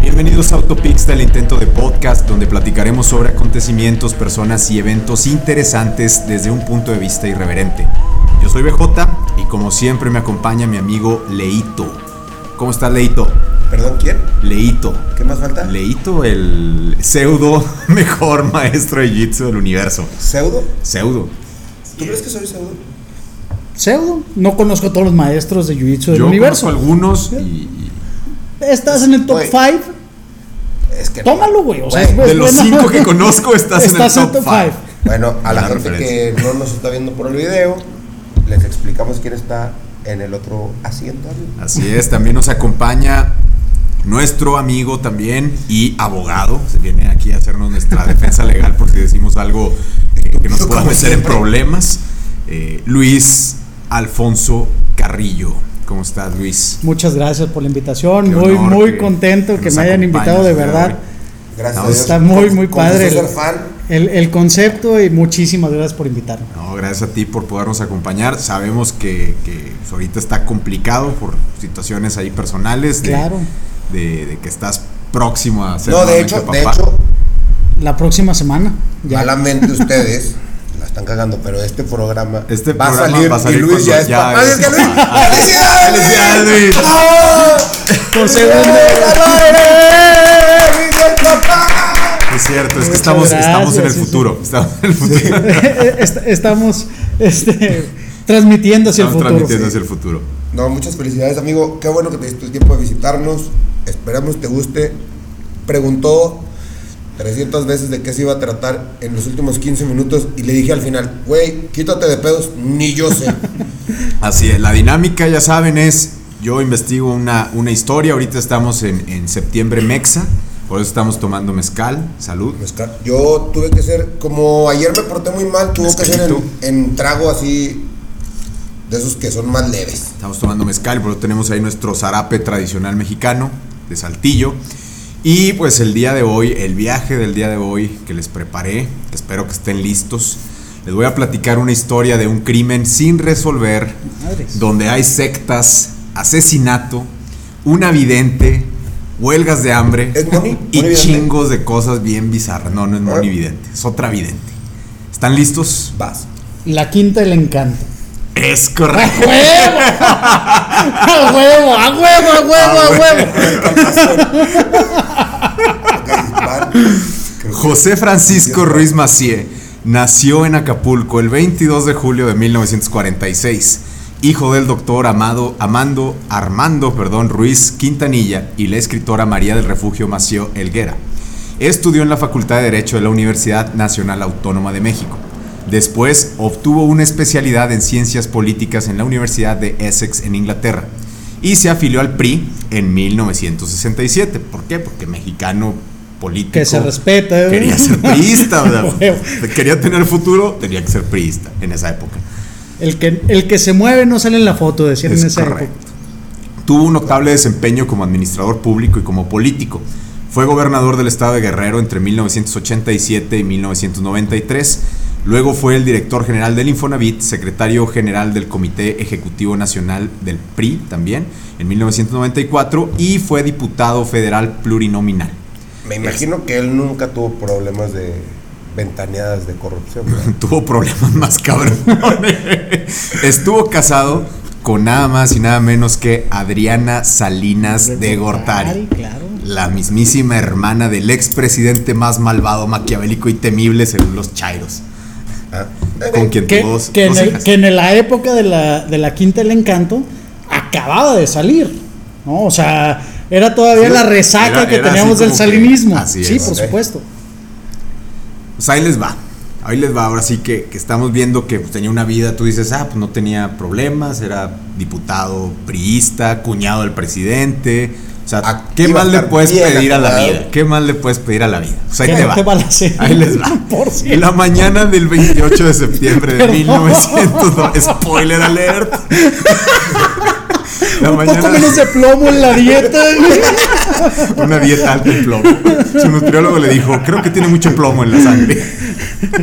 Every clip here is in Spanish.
Bienvenidos a Autopixel, intento de podcast donde platicaremos sobre acontecimientos, personas y eventos interesantes desde un punto de vista irreverente. Yo soy BJ y como siempre me acompaña mi amigo Leito. ¿Cómo estás Leito? ¿Perdón, quién? Leito. ¿Qué más falta? Leito, el pseudo mejor maestro de Jitsu del universo. ¿Pseudo? Pseudo. ¿Tú crees que soy pseudo? pseudo. No conozco a todos los maestros de Jiu-Jitsu del Yo universo. conozco algunos y- Estás en el top Güey. 5. Es que. Tómalo, güey. O sea, Güey, es de los buena- cinco que conozco estás, en el top five. 5. Bueno, a la Buena gente referencia. que no nos está viendo por el video, les explicamos quién está en el otro asiento. ¿no? Así es, también nos acompaña nuestro amigo también y abogado. Se viene aquí a hacernos nuestra defensa legal por si decimos algo eh, que nos pueda Como meter en siempre. problemas. Eh, Luis Alfonso Carrillo. ¿Cómo estás, Luis? Muchas gracias por la invitación. Qué muy, honor muy que- contento que que, nos me hayan acompañes invitado, de el día de verdad. Gracias No, a Dios. está muy, Confieso muy padre. ser fan. El, el concepto y muchísimas gracias por invitarme. No, gracias a ti por podernos acompañar. Sabemos que, que, pues, ahorita está complicado por situaciones ahí personales. De, Claro. De, de que estás próximo a ser No, de nuevamente hecho, de papá. hecho, La próxima semana. Ya. malamente ustedes la están cagando, pero este programa Este va, programa a salir va a salir y Luis cuando ya es ya papá. es ¡Es que Luis! papá. ¡Felicidades! ¡Felicidades, Luis! Por segundo. ¡Luis es papá! Es cierto, es que Muchas estamos, gracias, estamos en el sí, sí. futuro. Estamos en el futuro. Est- Estamos este, transmitiendo hacia Estamos el futuro. transmitiendo Sí. hacia el futuro. No, muchas felicidades, amigo. Qué bueno que te diste el tiempo de visitarnos. Esperamos te guste. Preguntó 300 veces de qué se iba a tratar en los últimos 15 minutos y le dije al final, güey, quítate de pedos, ni yo sé. Así es, la dinámica, ya saben, es yo investigo una, una historia. Ahorita estamos en, en septiembre Mexa, por eso estamos tomando mezcal. Salud. Mezcal. yo tuve que ser, como ayer me porté muy mal, tuvo que ser en, Mezcalito. en trago así, de esos que son más leves. Estamos tomando mezcal, por eso tenemos ahí nuestro zarape tradicional mexicano de Saltillo. Y pues el día de hoy, el viaje del día de hoy que les preparé, que espero que estén listos. Les voy a platicar una historia de un crimen sin resolver Madres. donde hay sectas, asesinato, una vidente, huelgas de hambre ¿Es Moni? y ¿Moni vidente? chingos de cosas bien bizarras. No, no es Moni Ah. vidente, es otra vidente. ¿Están listos? Vas. La quinta del encanto. Es ¡A correcto. huevo! ¡A huevo! ¡A huevo! ¡A huevo! ¡A huevo! José Francisco Ruiz Macié nació en Acapulco el 22 de julio de 1946, hijo del doctor Amado, Amando, Armando perdón, Ruiz Quintanilla y la escritora María del Refugio Macié Elguera. Estudió en la Facultad de Derecho de la Universidad Nacional Autónoma de México. Después obtuvo una especialidad en ciencias políticas en la Universidad de Essex en Inglaterra y se afilió al PRI en 1967. ¿Por qué? Porque mexicano político. Que se respeta, ¿eh? Quería ser priista, o sea, Huevo. quería tener futuro, tenía que ser priista en esa época. El que, el que se mueve no sale en la foto, decían Es en esa correcto. época. Tuvo un notable desempeño como administrador público y como político. Fue gobernador del estado de Guerrero entre 1987 y 1993. Luego fue el director general del Infonavit, secretario general del Comité Ejecutivo Nacional del PRI también en 1994 y fue diputado federal plurinominal. Me imagino que él nunca tuvo problemas de ventaneadas de corrupción. ¿verdad? Tuvo problemas más cabrones. Estuvo casado con nada más y nada menos que Adriana Salinas de Gortari. Claro. La mismísima hermana del expresidente más malvado, maquiavélico y temible según los Chairos. Ah. Con quien Que, tuvo dos, que en dos el- hijas. que en la época de la, de la quinta del encanto acababa de salir, ¿no? O sea, era todavía Sí, la resaca era- que era así teníamos del como salinismo. que- así sí, es. por Ok. supuesto. Pues ahí les va. Ahí les va, ahora sí que, que estamos viendo que pues, tenía una vida, tú dices, ah, pues no tenía problemas, era diputado priista, cuñado del presidente. O sea, Ah, ¿qué iba a más le estar puedes bien pedir a la acomodado. vida? ¿Qué más le puedes pedir a la vida? Pues ahí Que te no va. te balaceen. ahí les va. Por cierto. La mañana del 28 de septiembre de Perdón. 1909. Spoiler alert. La Un mañana- poco menos de plomo en la dieta. una dieta alta en plomo. Su nutriólogo le dijo, creo que tiene mucho plomo en la sangre.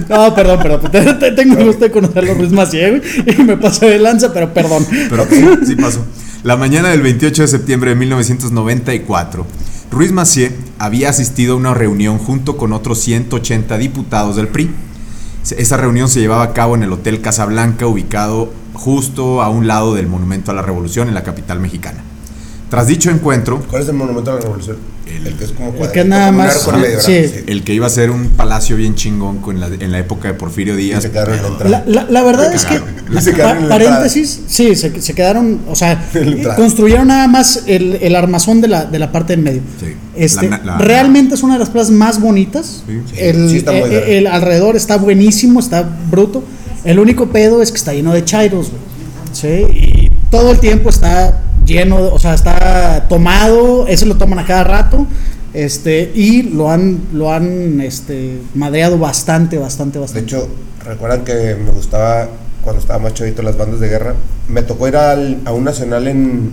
no, perdón, perdón. Te- te- Tengo el gusto de conocer a los Ruiz Macié, güey, y me pasé de lanza, pero perdón. Pero sí, sí pasó. La mañana del 28 de septiembre de 1994, Ruiz Macié había asistido a una reunión junto con otros 180 diputados del PRI. Esa reunión se llevaba a cabo en el Hotel Casablanca, ubicado justo a un lado del Monumento a la Revolución en la capital mexicana. Tras dicho encuentro, ¿Cuál es el monumento a la revolución? El, que es como que nada como un más- arco en medio, ¿verdad? sí. el que iba a ser un palacio bien chingón con la- en la época de Porfirio Y Díaz. se quedaron en la entrada. La, la- la verdad Se es que, cagaron. Se pa- quedaron en la paréntesis, sí, se, se quedaron, o sea, En la entrada. construyeron nada más el, el armazón de la, de la parte en medio. Sí. Este, La- la- la- realmente es una de las plazas más bonitas. Sí. Sí, el, sí está muy eh, verga. el alrededor está buenísimo, está bruto. El único pedo es que está lleno de chairos, güey. Sí, y todo el tiempo está lleno, o sea, está tomado, eso lo toman a cada rato. Este, y lo han, lo han este, madreado bastante, bastante, De bastante. hecho, recuerdan que me gustaba cuando estaba más chavito las bandas de guerra. Me tocó ir al- a un nacional en,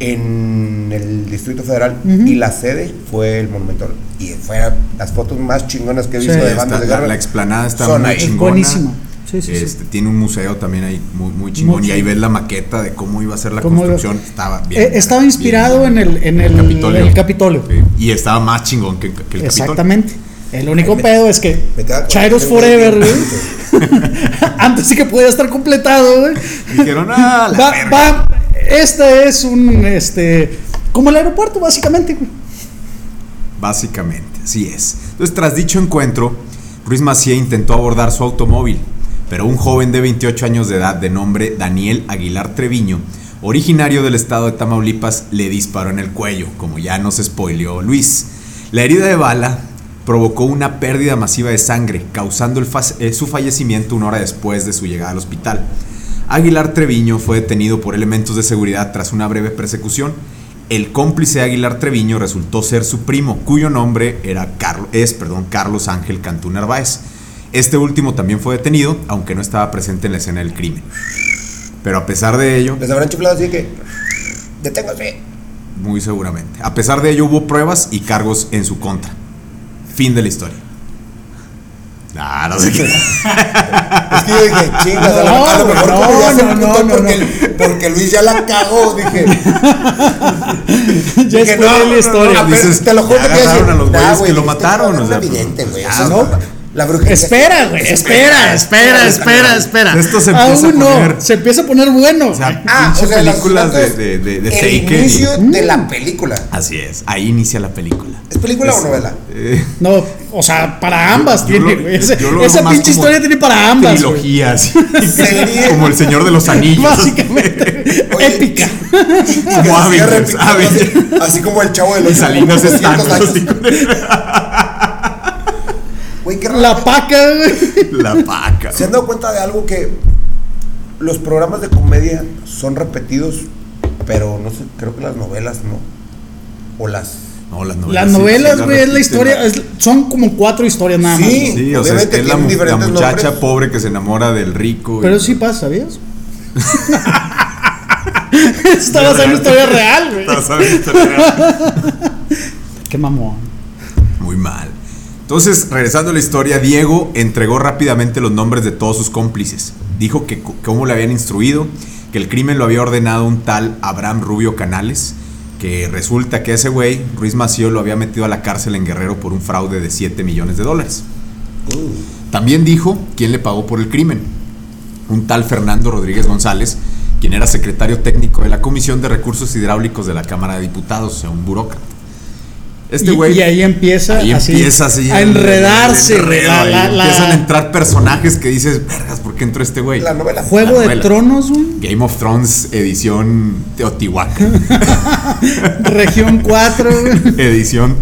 en el Distrito Federal Ujú. y la sede fue el Monumental. Y fueron las fotos más chingonas que he visto Sí. de eh, Está- bandas de la, guerra. la explanada está Son muy ahí. chingona. Buenísima. Sí, sí, sí. Este, Tiene un museo también ahí muy, muy chingón. Muy y ahí chingón. ves la maqueta de cómo iba a ser la Cómo iba- construcción. Estaba bien. Eh, estaba bien, inspirado bien. en el, en el, el Capitolio. Sí, Y estaba más chingón que, que el Capitolio. Exactamente. El único Ay, me- pedo es que me queda- Chairos me- Forever, me- güey. Antes sí que podía estar completado, güey. Dijeron, ah, la Va- verga". va- este es un, este, como el aeropuerto, básicamente, güey. Básicamente, así es. Entonces, tras dicho encuentro, Ruiz Macié intentó abordar su automóvil, pero un joven de 28 años de edad de nombre Daniel Aguilar Treviño, originario del estado de Tamaulipas, le disparó en el cuello, como ya nos spoileó Luis. La herida de bala provocó una pérdida masiva de sangre, causando el fa- eh, su fallecimiento una hora después de su llegada al hospital. Aguilar Treviño fue detenido por elementos de seguridad tras una breve persecución. El cómplice de Aguilar Treviño resultó ser su primo, cuyo nombre era Carlos, es perdón, Carlos Ángel Cantú Narváez. Este último también fue detenido, aunque no estaba presente en la escena del crimen. Pero a pesar de ello, Les habrán chiflado así que. Deténgase. muy seguramente, a pesar de ello hubo pruebas y cargos en su contra. Fin de la historia. Nah, no sé qué. Es que yo dije, chingas, a lo, No, a lo güey, mejor no, como ya se no, no, emputó no, porque, porque Luis ya la cagó, dije. Ya Dije, es no, la historia. no, pero Dices, te lo juro ya que te iba a agarraron decir, a los nah, güeyes güey, que lo dijiste, mataron, no, o es sea, evidente, güey. ya, eso es no. la- La brujería. espera, güey, espera, espera, espera, espera. Esto se empieza a Aún poner- no, se empieza a poner bueno. O sea, Ah, o pinche sea, las películas de, notas, de, de, de El Taken y- inicio de la Mm. película. Así es, ahí inicia la película. ¿Es película o Es- novela? Eh, no, o sea, para ambas yo tiene, lo- güey. Ese- yo lo veo Esa más pinche como historia tiene para ambas. güey. Trilogía, así. Serie. Como el Señor de los Anillos. Básicamente, Oye, épica. Que se como sigue Avengers. repitiendo, Avengers. así- Así como el chavo de Y los Salinas están. 800 años. así, con Güey, qué La raro. paca, güey. La paca. ¿Se han dado cuenta de algo que los programas de comedia son repetidos, pero no sé, creo que las novelas no. O las. No, las novelas. Las sí, novelas, sí, güey, es la repiten. historia. es- son como cuatro historias nada más. Sí. Sí, o sea, es Obviamente que es la, mu- tienen la diferentes muchacha nombres. pobre que se enamora del rico. y- Pero sí pasa, ¿sabías? Estaba haciendo historia real, güey. Estás haciendo historia real. Qué mamón. Muy mal. Entonces, regresando a la historia, Diego entregó rápidamente los nombres de todos sus cómplices. Dijo que c- cómo le habían instruido, que el crimen lo había ordenado un tal Abraham Rubio Canales, que resulta que ese güey, Ruiz Macío, lo había metido a la cárcel en Guerrero por un fraude de 7 millones de dólares. También dijo quién le pagó por el crimen. Un tal Fernando Rodríguez González, quien era secretario técnico de la Comisión de Recursos Hidráulicos de la Cámara de Diputados, o sea, un burócrata. Este y, güey y ahí empieza, Ahí así, empieza así a el- enredarse. el enredo, la- ahí la- la- empiezan a entrar personajes que dices, vergas, ¿por qué entró este güey? La novela. Juego la de novela. Tronos, güey. Game of Thrones edición Teotihuacán, Región 4, güey. edición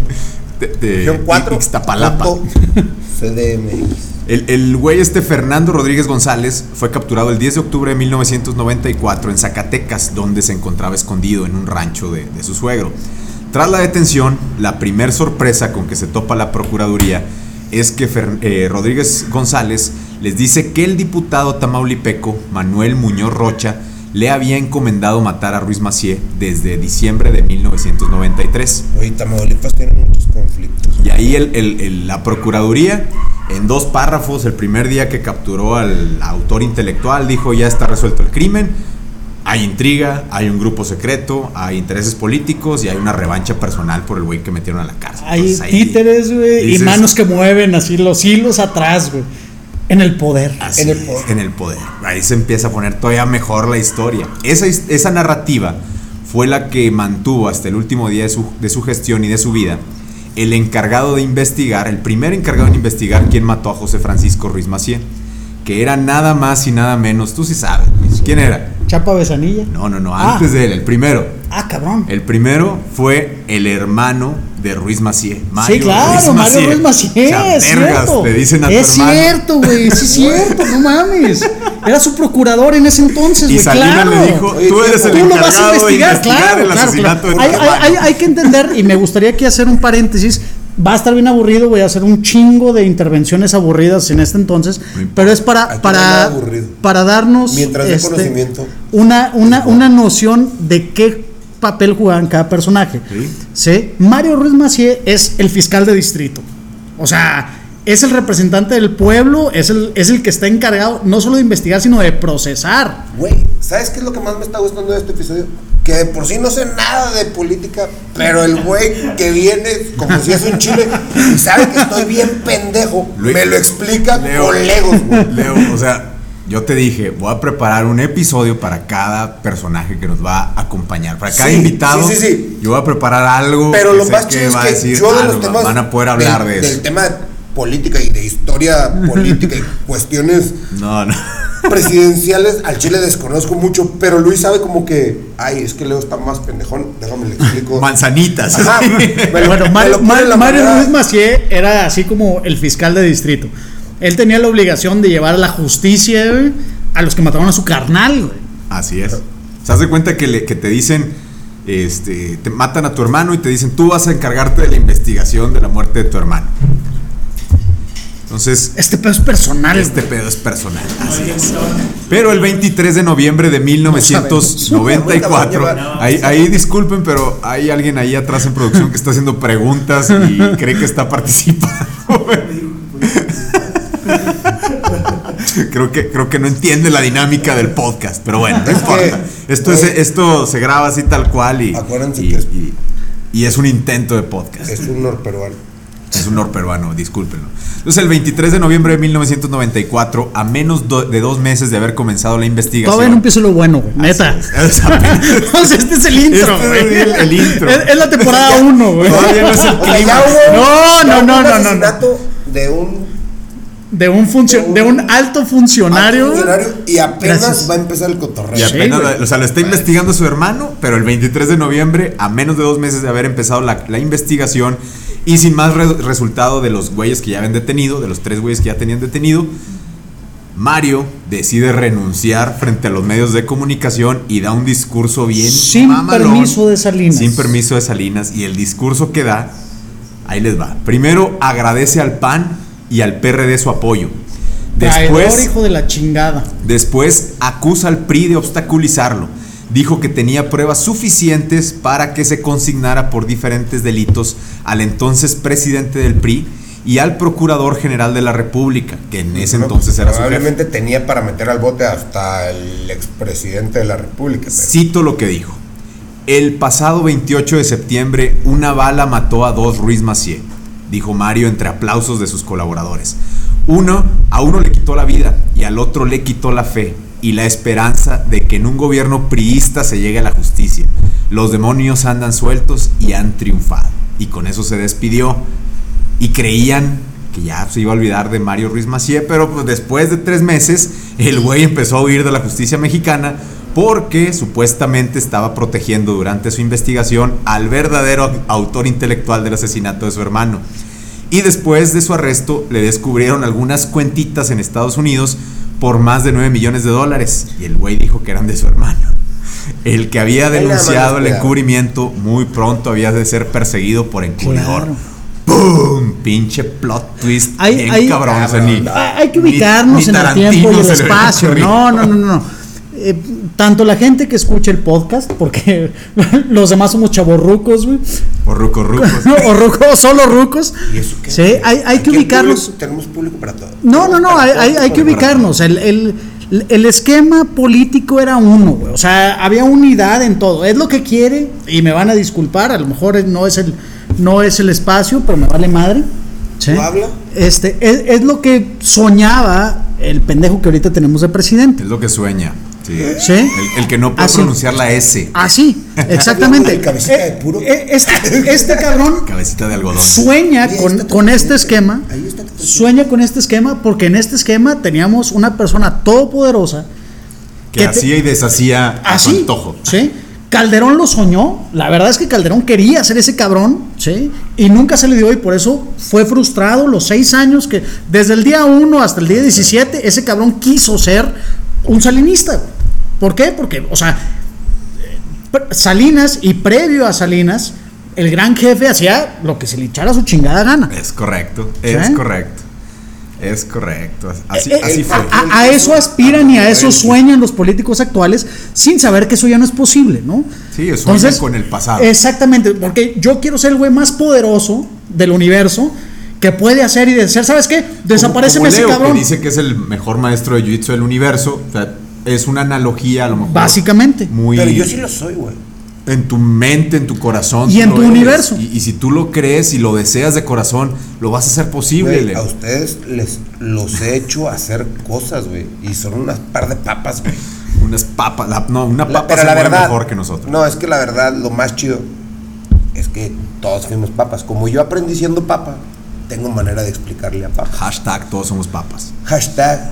de, de Región 4. Ixtapalapa. CDMX. El, el güey este Fernando Rodríguez González fue capturado el 10 de octubre de 1994 en Zacatecas, donde se encontraba escondido en un rancho de, de su suegro. Tras la detención, la primer sorpresa con que se topa la Procuraduría es que Fer- eh, Rodríguez González les dice que el diputado tamaulipeco Manuel Muñoz Rocha le había encomendado matar a Ruiz Macié desde diciembre de 1993. Oye, Tamaulipas tiene muchos conflictos. Y ahí el- el- el- la Procuraduría, en dos párrafos, el primer día que capturó al autor intelectual, dijo ya está resuelto el crimen, hay intriga, hay un grupo secreto, hay intereses políticos y hay una revancha personal por el güey que metieron a la cárcel. Hay Entonces, Pues ahí títeres, güey, y dices- manos que mueven así los hilos atrás, güey. En el poder. Así En el es, poder. en el poder. Ahí se empieza a poner todavía mejor la historia. Esa, his- esa narrativa fue la que mantuvo hasta el último día de su, de su gestión y de su vida el encargado de investigar, el primer encargado en investigar quién mató a José Francisco Ruiz Macié, que era nada más y nada menos, tú sí sabes, Luis, ¿quién era? Chapa Besanilla. No, no, no, Ah. antes de él, el primero. Ah, cabrón. El primero fue el hermano de Ruiz Macié, Mario sí, claro, Ruiz Mario Macié. Ruiz Macié. eh. O es sea, vergas, cierto. te dicen a tu Es hermano. cierto, güey. Sí, es cierto. No mames. Era su procurador en ese entonces, Y güey. Salinas Claro. le dijo, tú eres el Tú lo encargado vas a investigar, de investigar claro, el claro, asesinato claro. de Hay, tu hermano". hay- hay- hay que entender, y me gustaría aquí hacer un paréntesis. Va a estar bien aburrido, voy a hacer un chingo de intervenciones aburridas en este entonces, importa. pero es para, Aquí no hay nada para, aburrido. para darnos este, Mientras dé conocimiento. una, una, una noción de qué papel jugaban cada personaje. Sí. ¿sí? Mario Ruiz Macié es el fiscal de distrito. O sea, es el representante del pueblo, es el, es el que está encargado no solo de investigar, sino de procesar. Güey, ¿sabes qué es lo que más me está gustando de este episodio? Que de por sí no sé nada de política, pero el güey que viene como si es un chile y sabe que estoy bien pendejo, Luis, me lo explica Leo, con legos, güey. Leo, o sea, yo te dije, voy a preparar un episodio para cada personaje que nos va a acompañar, para cada Sí, invitado. sí, sí, sí. Yo voy a preparar algo. Pero que lo sé más que chido es va a que decir, yo de "Ah, los no, temas van a poder hablar del, de del eso. tema política y de historia política y cuestiones No, no. presidenciales al Chile desconozco mucho, pero Luis sabe como que, ay, es que Leo está más pendejón, déjame le explico. Manzanitas. Ajá, así. me lo- Bueno, me Mario, lo pone Mario- la Mario manera- Ruiz Macié era así como el fiscal de distrito. Él tenía la obligación de llevar a la justicia güey, a los que mataron a su carnal, güey. Así es. ¿Se hace cuenta que, le- que te dicen, este, te matan a tu hermano y te dicen, tú vas a encargarte de la investigación de la muerte de tu hermano? Entonces, Este pedo es personal. Este pedo es personal, así es. Pero el 23 de noviembre de 1994, ahí, ahí disculpen, pero hay alguien ahí atrás en producción que está haciendo preguntas y cree que está participando. Creo que, creo que no entiende la dinámica del podcast, pero bueno, no Es importa. que- eh, Esto, es, esto se graba así tal cual y, Acuérdense y, que es- y- y es un intento de podcast. Es un norperuano. Es un norperuano, discúlpenlo. Entonces, el 23 de noviembre de 1994, a menos do- de dos meses de haber comenzado la investigación. Todavía no empiezo lo bueno, güey. Neta. Es apenas- O sea, este es el intro, Este es güey. el- el intro. Es, es la temporada 1, güey. Todavía no es el O sea, clima. ya hubo- No, ya no, hubo no, un no, no, no. asesinato de un De un, funcio- de un alto funcionario. funcionario y apenas Gracias. va a empezar el Y cotorreo. Sí, apenas, güey. Pues. o sea, lo está investigando su hermano, pero el 23 de noviembre, a menos de dos meses de haber empezado la, la investigación y sin más re- resultado de los güeyes que ya habían detenido, de los tres güeyes que ya tenían detenido, Mario decide renunciar frente a los medios de comunicación y da un discurso bien Sin mamalón, permiso de Salinas. Sin permiso de Salinas y el discurso que da ahí les va. Primero agradece al PAN y al PRD su apoyo. Traidor, Después hijo de la chingada. Después acusa al PRI de obstaculizarlo. Dijo que tenía pruebas suficientes para que se consignara por diferentes delitos al entonces presidente del PRI y al procurador general de la República, que en ese entonces era su jefe. Probablemente tenía para meter al bote hasta el expresidente de la República. pero- Cito lo que dijo. El pasado 28 de septiembre, una bala mató a dos Ruiz Macié, dijo Mario entre aplausos de sus colaboradores. Uno, a uno le quitó la vida y al otro le quitó la fe y la esperanza de que en un gobierno priista se llegue a la justicia. Los demonios andan sueltos y han triunfado. Y con eso se despidió y creían que ya se iba a olvidar de Mario Ruiz Macié, pero pues después de tres meses el güey empezó a huir de la justicia mexicana porque supuestamente estaba protegiendo durante su investigación al verdadero autor intelectual del asesinato de su hermano. Y después de su arresto le descubrieron algunas cuentitas en Estados Unidos por más de 9 millones de dólares y el güey dijo que eran de su hermano. El que había Ahí nada más denunciado el cuidado. encubrimiento muy pronto había de ser perseguido por encubridor. Claro. ¡Pum! Pinche plot twist. Hay- bien hay- cabrón. o sea, ni- Ah, Hay que ni- ubicarnos ni en el Tarantino tiempo y el se le hubiera espacio. ocurrido. No, no, no, no. Eh, tanto la gente que escucha el podcast, porque los demás somos chavorrucos, güey. O rucos, rucos. O rucos, solo rucos. ¿Y eso qué? Sí, hay, hay Aquí que ubicarnos. público- tenemos público para todo. No, no, no, hay, hay- hay que Para todo. ubicar- ubicarnos. El, el- el esquema político era uno, güey. O sea, había unidad en todo. Es lo que quiere, y me van a disculpar, a lo mejor no es el, no es el espacio, pero me vale madre. ¿sí? ¿Tú habla? Este, es, es lo que soñaba el pendejo que ahorita tenemos de presidente. Es lo que sueña. Sí. ¿Sí? El, el que no puede Así. pronunciar la S. Así, exactamente. El cabecita de Eh, puro. eh, Este, este cabrón Cabecita de algodón. sueña Ahí con, está tu con este presidente. esquema, Ahí está tu presidente. sueña con este esquema, porque en este esquema teníamos una persona todopoderosa, que que te- hacía y deshacía a su así, antojo. ¿sí? Calderón lo soñó, la verdad es que Calderón quería ser ese cabrón, ¿sí? Y nunca se le dio y por eso fue frustrado los seis años que, desde el día 1 hasta el día 17, ese cabrón quiso ser un salinista. güey. ¿Por qué? Porque, o sea, Pr- Salinas y previo a Salinas, el gran jefe hacía lo que se le echara su chingada gana. Es correcto, es ¿Sí? correcto. Es correcto. Así, Eh, eh, así fue. A, a- a eso aspiran y a eso sueñan los políticos actuales sin saber que eso ya no es posible, ¿no? Sí, sueñan con el pasado. Exactamente, porque yo quiero ser el güey más poderoso del universo que puede hacer y decir, ¿sabes qué? Desaparece Como- como ese Leo, cabrón. Que dice que es el mejor maestro de jiu-jitsu del universo. O sea, es una analogía a lo mejor. Básicamente. Muy Pero yo sí lo soy, güey. en tu mente, en tu corazón. Y tú en lo tu universo. Y, y si tú lo crees y lo deseas de corazón, lo vas a hacer posible, Güey, Leo. a ustedes les los he hecho hacer cosas, güey. Y son unas par de papas, güey. Unas papas. la- no, una La- papa pero se la mueve verdad. mejor que nosotros. No, es que la verdad, lo más chido es que todos fuimos papas. Como yo aprendí siendo papa, tengo manera de explicarle a papa. Hashtag todos somos papas. Hashtag.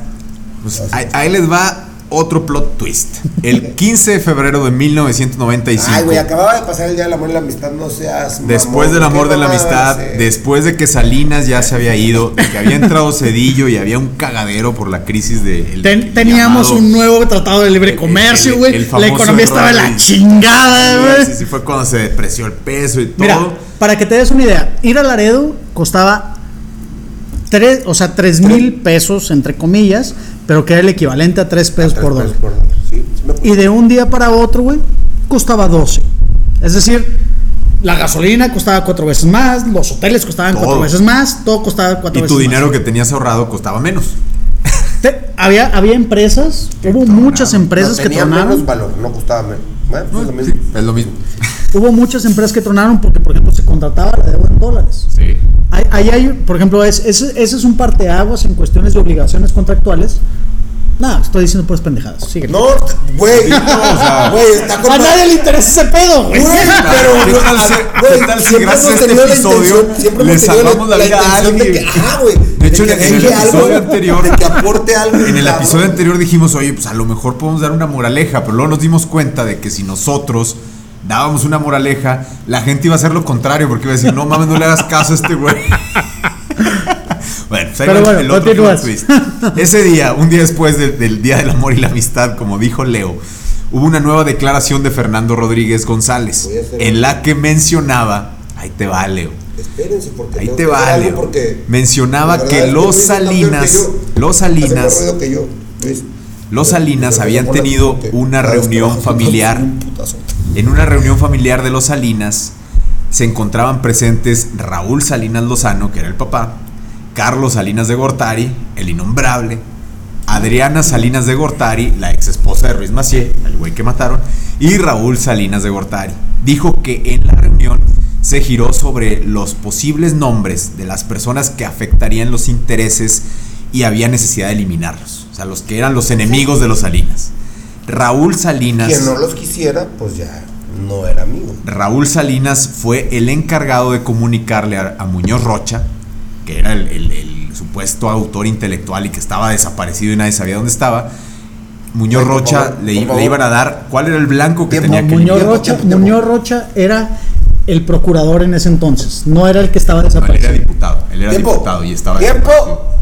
Pues, ahí, ahí les va otro plot twist. El 15 de febrero de 1995. Ay, güey, acababa de pasar el día del amor y la amistad, no seas. mamón, Después del ¿qué amor de la mamada amistad, vas a hacer? después de que Salinas ya se había ido, de que había entrado Cedillo y había un cagadero por la crisis de el Ten- teníamos llamado- un nuevo tratado de libre el- comercio, el- el güey. La famoso economía estaba de la Rodri. chingada, güey. Sí, sí, fue cuando se depreció el peso y todo. Mira, para que te des una idea, ir a Laredo costaba tres, o sea, tres mil pesos, entre comillas, pero que era el equivalente a tres pesos Tres por pesos dólar. por dólar, sí, sí me puse- Y de un día para otro, güey, costaba 12. Es decir, la gasolina costaba cuatro veces más, los hoteles costaban Todo. cuatro veces más, todo costaba cuatro y veces tu más. dinero que tenías ahorrado costaba menos. Te- había, había empresas, hubo muchas empresas no, que tenía tronaron. menos valor, no costaba menos. Bueno, pues, lo mismo. Es lo mismo. Hubo muchas empresas que tronaron porque, por ejemplo, se contrataba la deuda en dólares. Sí. Ahí ahí hay, por ejemplo, es- ese, ese es un parteaguas en cuestiones de obligaciones contractuales. Nada, estoy diciendo puras pendejadas. Sigue. No, güey, no, o sea, güey, está con a nadie le interesa ese pedo, güey. Güey, pero ¿Qué güey, tal si- a- qué güey, tal si siempre gracias hemos a este tenido la episodio intención- siempre le hemos tenido la- salvamos la vida a intención de alguien? que, ajá, güey, De hecho, en el- en el deje algo, episodio anterior- de que aporte algo. En el cabrón. episodio anterior dijimos, oye, pues a lo mejor podemos dar una moraleja, pero luego nos dimos cuenta de que si nosotros dábamos una moraleja, la gente iba a hacer lo contrario, porque iba a decir, no mames, no le hagas caso a este güey. bueno, pues ahí Pero va bueno, plot continúas. twist. Ese día, un día después de- del Día del Amor y la Amistad, como dijo Leo, hubo una nueva declaración de Fernando Rodríguez González, Voy a hacer en un- la que mencionaba, ahí te va, Leo. Espérense, porque Ahí tengo te que hacer va, algo Leo. porque la Mencionaba verdad que es los Luis está peor que Salinas, yo. los Hace más Salinas ruido que yo, Luis. Los Salinas Pero habían me pone tenido pute. una Cada vez que reunión bajo, familiar. un putazo. En una reunión familiar de los Salinas se encontraban presentes Raúl Salinas Lozano, que era el papá, Carlos Salinas de Gortari, el innombrable, Adriana Salinas de Gortari, la ex esposa de Ruiz Macié, el güey que mataron, y Raúl Salinas de Gortari. Dijo que en la reunión se giró sobre los posibles nombres de las personas que afectarían los intereses y había necesidad de eliminarlos, o sea, los que eran los enemigos de los Salinas. Raúl Salinas... Quien no los quisiera, pues ya no era amigo. Raúl Salinas fue el encargado de comunicarle a, a Muñoz Rocha, que era el, el- el supuesto autor intelectual y que estaba desaparecido y nadie sabía dónde estaba. Muñoz Ay, por Rocha le, favor, por i- le favor. iban a dar cuál era el blanco que Tiempo, tenía que Muñoz limpiar. tiempo, Rocha, tiempo. Muñoz Rocha era el procurador en ese entonces, no era el que estaba No, él era desaparecido. diputado, él era Tiempo. diputado y estaba Tiempo. desaparecido.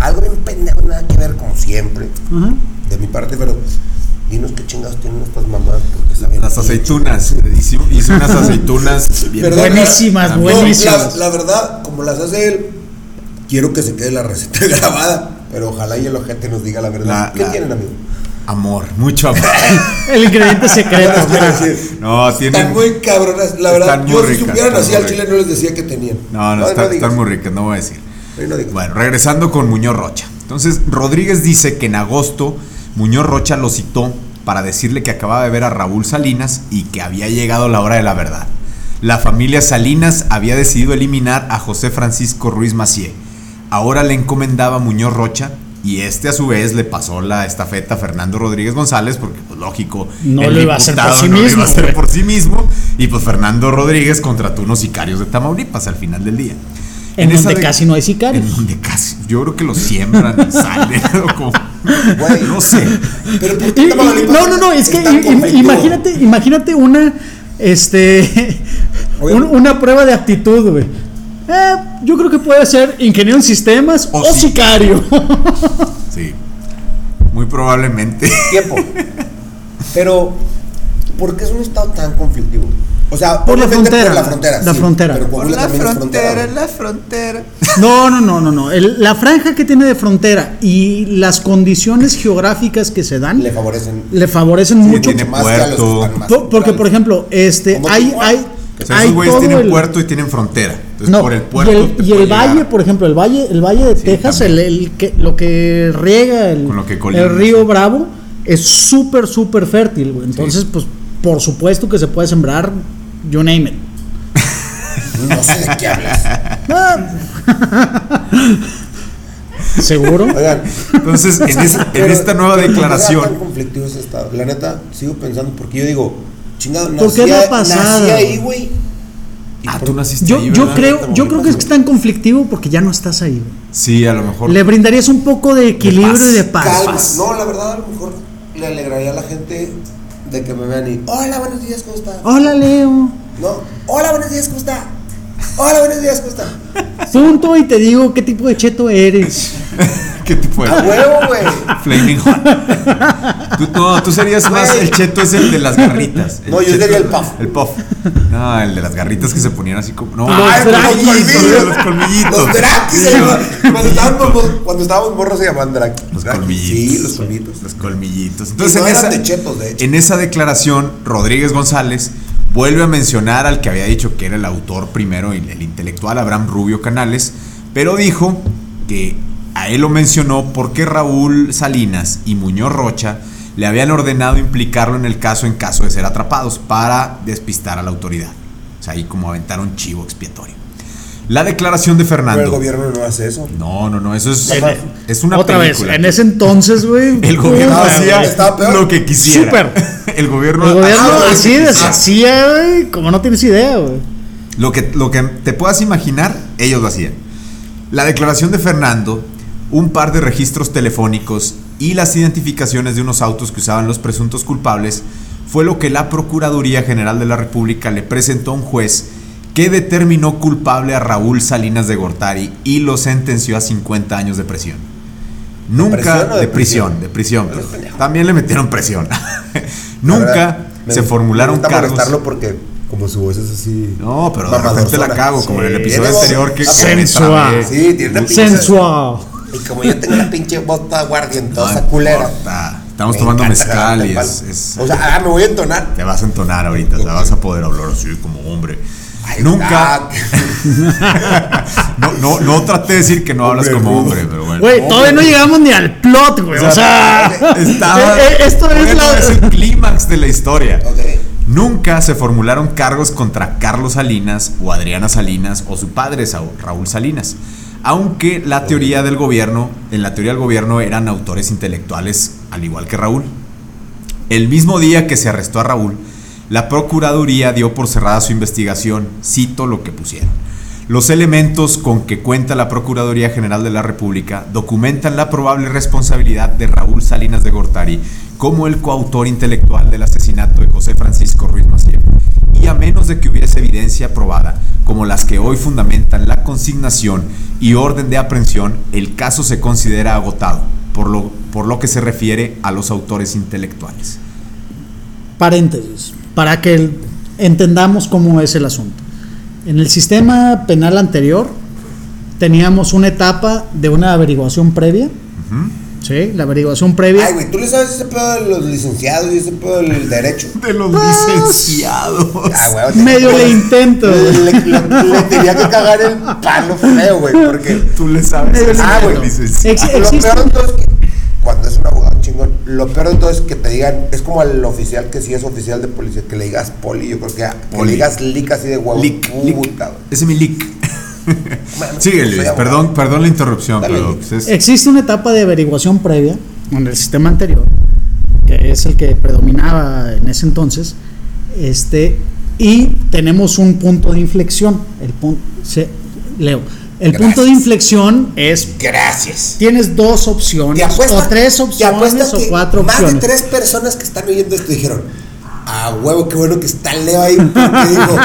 Algo bien pendejo, nada que ver, como siempre. Ajá. De mi parte, pero dinos qué chingados tienen estas mamás. Porque saben Las aceitunas, hizo, hizo unas aceitunas bien Pero la Buenísimas, verdad- buenísimas. No, la, la verdad, como las hace él, quiero que se quede la receta grabada. Pero ojalá y el ojete nos diga la verdad. La- ¿Qué la- tienen, amigo? Amor, mucho amor. El ingrediente secreto. Bueno, quiero ajá. decir, No, Están tienen... muy cabronas, la verdad. están muy yo si ricas, supieran están así muy al chile ricas. no les decía que tenían. No, no, están, digas. están muy ricas, no voy a decir. Ahí no digas. Bueno, regresando con Muñoz Rocha. Entonces, Rodríguez dice que en agosto Muñoz Rocha lo citó para decirle que acababa de ver a Raúl Salinas y que había llegado la hora de la verdad. La familia Salinas había decidido eliminar a José Francisco Ruiz Macié. Ahora le encomendaba a Muñoz Rocha y este a su vez le pasó la estafeta a Fernando Rodríguez González porque pues lógico No lo iba a hacer por diputado sí no lo iba mismo, a hacer güey. por sí mismo y pues Fernando Rodríguez contrató unos sicarios de Tamaulipas al final del día. En, esa donde de- casi no hay sicarios. en donde casi yo creo que lo siembran y salen o como- Güey. no sé. Pero ¿por Y- qué y- Tamaulipas no, no, no, es que está im- conflictivo? imagínate, imagínate una este Oye. un- una prueba de aptitud, güey. Eh, yo creo que puede ser ingeniero en sistemas O o, sí. sicario. Sí. Muy probablemente. Tiempo. Pero, ¿por qué es un estado tan conflictivo? O sea, Por la obviamente frontera, Por la frontera. la sí, frontera. Pero Coahuila también es frontera. güey. la frontera. No, no, no, no, no. El- la franja que tiene de frontera y las condiciones geográficas que se dan Le le, favorecen. favorecen mucho. tiene más que a los que puerto. están más Po- porque, centrales. por ejemplo, este, Como hay, Tijuana. hay, O sea, hay esos güeyes todo tienen el- puerto y tienen frontera. Entonces, No, por el puerto. y te el, y puede el llegar. valle, por ejemplo, el valle, el valle de Sí, Texas, el, también. el que, lo que riega el, Con lo que colinda, el río sí. Bravo es súper, súper fértil, güey. Entonces, pues, por supuesto que se puede sembrar, you name it. No sé de qué hablas. Ah. ¿Seguro? Oigan. Entonces, en, es- en pero- esta nueva pero ¿por qué era tan declaración. conflictivo ese estado? La neta, sigo pensando, porque yo digo, chingado, ¿Por qué nací la a- pasada? nací ahí, güey. Y Ah, por- tú naciste Yo, ahí, yo ¿verdad? creo, yo creo que es tan conflictivo porque ya no estás ahí. güey. Sí, a lo mejor. Le brindarías un poco de equilibrio y de paz. paz. Calma. paz. No, la verdad, a lo mejor le alegraría a la gente de que me vean y, hola, buenos días, ¿cómo estás? Hola, Leo. No, hola, buenos días, ¿cómo está? Hola, buenos días, ¿cómo está? Punto y te digo qué tipo de cheto eres. ¿Qué tipo de A huevo, güey. Flaming Hot. Tú, no, tú serías más. Güey. El cheto es el de las garritas. No, yo cheto sería el es- puff. El puff. No, el de las garritas que se ponían así como. No, ah, Los ay, draguitos, colmillitos, los Los colmillitos. draquis, se llamaban. cuando estábamos, cuando estábamos morros se llamaban draquis. Los Draquis, colmillitos. Sí, los colmillitos. Los colmillitos. Entonces, no en, eran esa, de chetos, de hecho. en esa declaración, Rodríguez González vuelve a mencionar al que había dicho que era el autor primero, el, el intelectual Abraham Rubio Canales, pero dijo que a él lo mencionó porque Raúl Salinas y Muñoz Rocha le habían ordenado implicarlo en el caso en caso de ser atrapados para despistar a la autoridad. O sea, ahí como aventar un chivo expiatorio. La declaración de Pero el Fernando. gobierno no hace eso. No, no, no, eso es, En- es una Otra película. vez, en ese entonces, güey. El gobierno puta, hacía güey. Estaba peor. lo que quisiera. Súper. El gobierno, El gobierno hacía lo que así quisiera. deshacía, güey, como no tienes idea, güey. Lo que, lo que te puedas imaginar, ellos lo hacían. La declaración de Fernando, un par de registros telefónicos y las identificaciones de unos autos que usaban los presuntos culpables fue lo que la Procuraduría General de la República le presentó a un juez que determinó culpable a Raúl Salinas de Gortari y lo sentenció a 50 años de prisión. Nunca presión o de de prisión, prisión? de prisión. Pero, perdón. pendejo. También le metieron presión. La Nunca verdad, me se gusta- formularon me gusta cargos. molestarlo porque como su voz es así. No, pero de mamador repente la sola. cago, como en el Sí. episodio Tiene voz anterior que que sensual. me trabé. Sí, tiene una pinche. Sensual. Y como yo tengo una pinche bota No guardientosa importa. culera. Estamos me tomando encanta mezcal agarrarte y el es, palo. es- O sea, ah, me voy a entonar. te vas a entonar ahorita, te vas a poder hablar así como hombre. Ay, Nunca. ah, No, no, no traté de decir que no hablas Hombre como rudo. hombre, pero bueno. Güey, todavía no llegamos ni al plot, güey. O sea, estaba- eh, eh, esto es bueno, la. es el clímax de la historia. Ok. Nunca se formularon cargos contra Carlos Salinas o Adriana Salinas o su padre Sa- Raúl Salinas. Aunque la teoría del gobierno, en la teoría del gobierno eran autores intelectuales al igual que Raúl. El mismo día que se arrestó a Raúl, la Procuraduría dio por cerrada su investigación, cito lo que pusieron. Los elementos con que cuenta la Procuraduría General de la República documentan la probable responsabilidad de Raúl Salinas de Gortari como el coautor intelectual del asesinato de José Francisco Ruiz Macié. Y a menos de que hubiese evidencia probada, como las que hoy fundamentan la consignación y orden de aprehensión, el caso se considera agotado, por lo, por lo que se refiere a los autores intelectuales. paréntesis, para que el- entendamos cómo es el asunto. En el sistema penal anterior teníamos una etapa de una averiguación previa. Sí, la averiguación previa. Ay, güey, tú le sabes ese pedo de los licenciados y ese pedo del derecho. De los Pues- licenciados. Ah, güey, te- medio le intento. Le, le- le tenía que cagar el palo feo, güey, porque. Tú le sabes. Ah, eso, güey. licenciado. Ex- Lo existe- peor de todo es que cuando es un abogado chingón, lo peor de todo es que te digan, es como al oficial que sí es oficial de policía, que le digas poli, yo creo que, ah, que Poli. le digas lic así de huevo. Lick, lick. puta, güey. Ese es mi leak. Man, Sigue, soy Luis. abogado. Perdón, perdón la interrupción, Dale, pero Luis. pues, es- Existe una etapa de averiguación previa en el sistema anterior, que es el que predominaba en ese entonces, este, y tenemos un punto de inflexión. El pun- se- Leo, el punto de Gracias. inflexión es Gracias. tienes dos opciones Te apuesto, o tres te opciones apuesto o que cuatro más opciones. de tres personas que están oyendo esto dijeron, ah, huevo, qué bueno que está Leo ahí. Porque digo,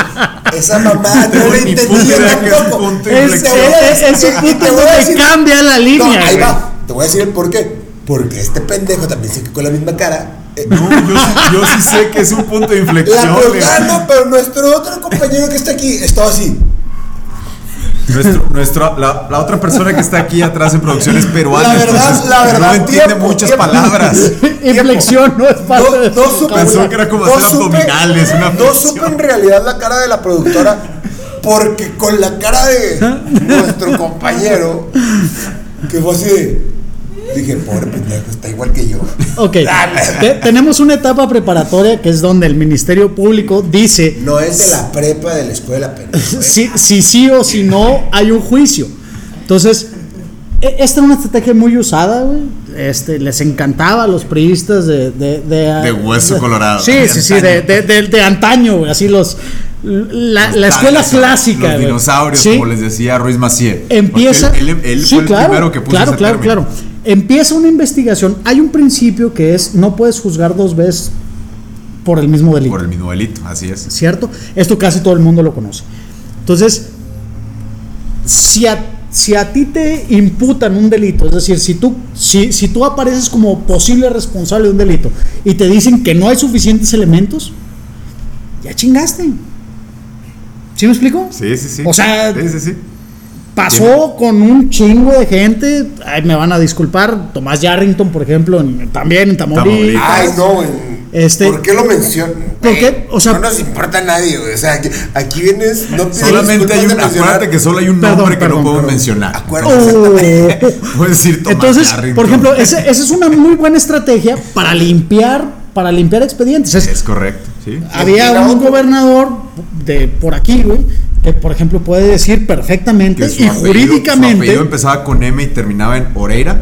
esa mamá Tengo no la ni entendí puta yo idea que es tampoco. un punto de Es, es, inflexión. es- es un Y punto te voy a donde decir- cambia la No, línea. ahí güey. va. Te voy a decir el por qué. Porque este pendejo también sigue con la misma cara. Eh, No, yo, sí- yo sí sé que es un punto de inflexión. eh. La Leo. programa, pero nuestro otro compañero que está aquí estaba así. Nuestro- nuestro- la, la otra persona que está aquí atrás en producciones peruana. La verdad, entonces, la verdad, No entiende tiempo, muchas tiempo. palabras. Inflexión no es parte No, de no supe- Pensó que era como no hacer supe- abdominales, una No flexión. supe en realidad la cara de la productora. Porque con la cara de nuestro compañero, que fue así de. Dije, pobre pendejo, está igual que yo. Ok, te- tenemos una etapa preparatoria que es donde el Ministerio Público dice No es de la prepa de la escuela, pendejo. ¿eh? si, si sí o si no hay un juicio. Entonces, e- esta es una estrategia muy usada, güey. Este, les encantaba a los priistas de... De, de- De hueso colorado, Sí, de sí, sí, antaño. de, de- de- de antaño, güey. Así los... La, Los la escuela dinosaurios, clásica. Los güey. dinosaurios, Sí como les decía Ruiz Macié. empieza Porque Él, él- él Sí, fue el primero que puso claro ese claro término. claro empieza una investigación hay un principio que es no puedes juzgar dos veces por el mismo delito Por el mismo delito, así es. cierto esto casi todo el mundo lo conoce entonces si a, si a ti te imputan un delito es decir si tú si, si tú apareces como posible responsable de un delito y te dicen que no hay suficientes elementos ya chingaste ¿Sí me explico? Sí, sí, sí. O sea, Sí, sí, sí. Pasó con un chingo de gente. Ay, me van a disculpar. Tomás Yarrington, por ejemplo, en- también en Tamaulipas. Tamaulipas. Ay, no, güey. Este- ¿Por qué lo mencionan? ¿Por qué? O sea- no nos importa a nadie, güey. O sea, aquí, aquí vienes. No pides Solamente hay disculpas de un. mencionar. Acuérdate que solo hay un Perdón, nombre que no perdón, podemos perdón. mencionar. Acuérdate. Oh. Puedes decir Tomás Entonces, Yarrington. por ejemplo, ese- esa es una muy buena estrategia para limpiar, para limpiar expedientes. Es- Es correcto, sí. había Mira, un otro. gobernador de por aquí, güey, que por ejemplo puede decir perfectamente Que su y apellido- Su jurídicamente, apellido empezaba con M y terminaba en Oreira.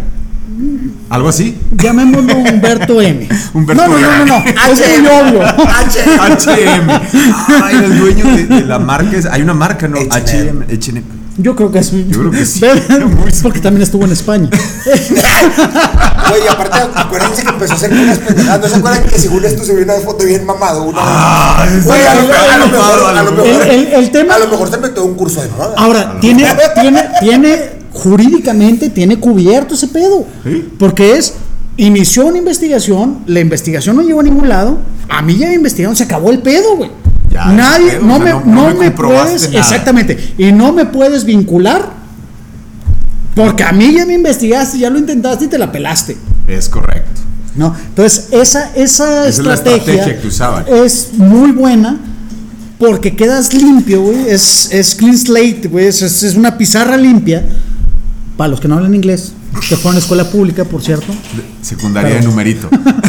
Algo así. llamémoslo Humberto M. Humberto no, no, no, no, no, es muy obvio. HM. Ay, el dueño de, de la marca es. Hay una marca, ¿no? H&M. HM. HM. Yo creo que es Yo creo que sí. Ve- porque también estuvo en España. Güey, y aparte, acuérdense que empezó a hacer unas pendejadas. ¿No se acuerdan que según esto se vio una foto bien mamado? Una Ah, es Güey, a lo, a lo mejor, a lo mejor- El- el- el tema- A lo mejor se metió un curso de mamada. Ahora, tiene, tiene, tiene, jurídicamente tiene cubierto ese pedo. Sí. Porque es, inició una investigación, la investigación no llegó a ningún lado, a mí ya me investigaron, se acabó el pedo, güey. Ya, Nadie, el pedo, no, o sea, me, no- no, no me me comprobaste puedes, nada. exactamente, y no me puedes vincular. Porque a mí ya me investigaste, ya lo intentaste y te la pelaste. Es correcto. ¿no? Entonces, esa, Esa esa, es la estrategia que usaban. es muy buena porque quedas limpio, güey. Es, es clean slate, güey. Es, es- es una pizarra limpia. Para los que no hablan inglés, que fueron a escuela pública, por cierto. Secundaria de Perdón. numerito. Güey,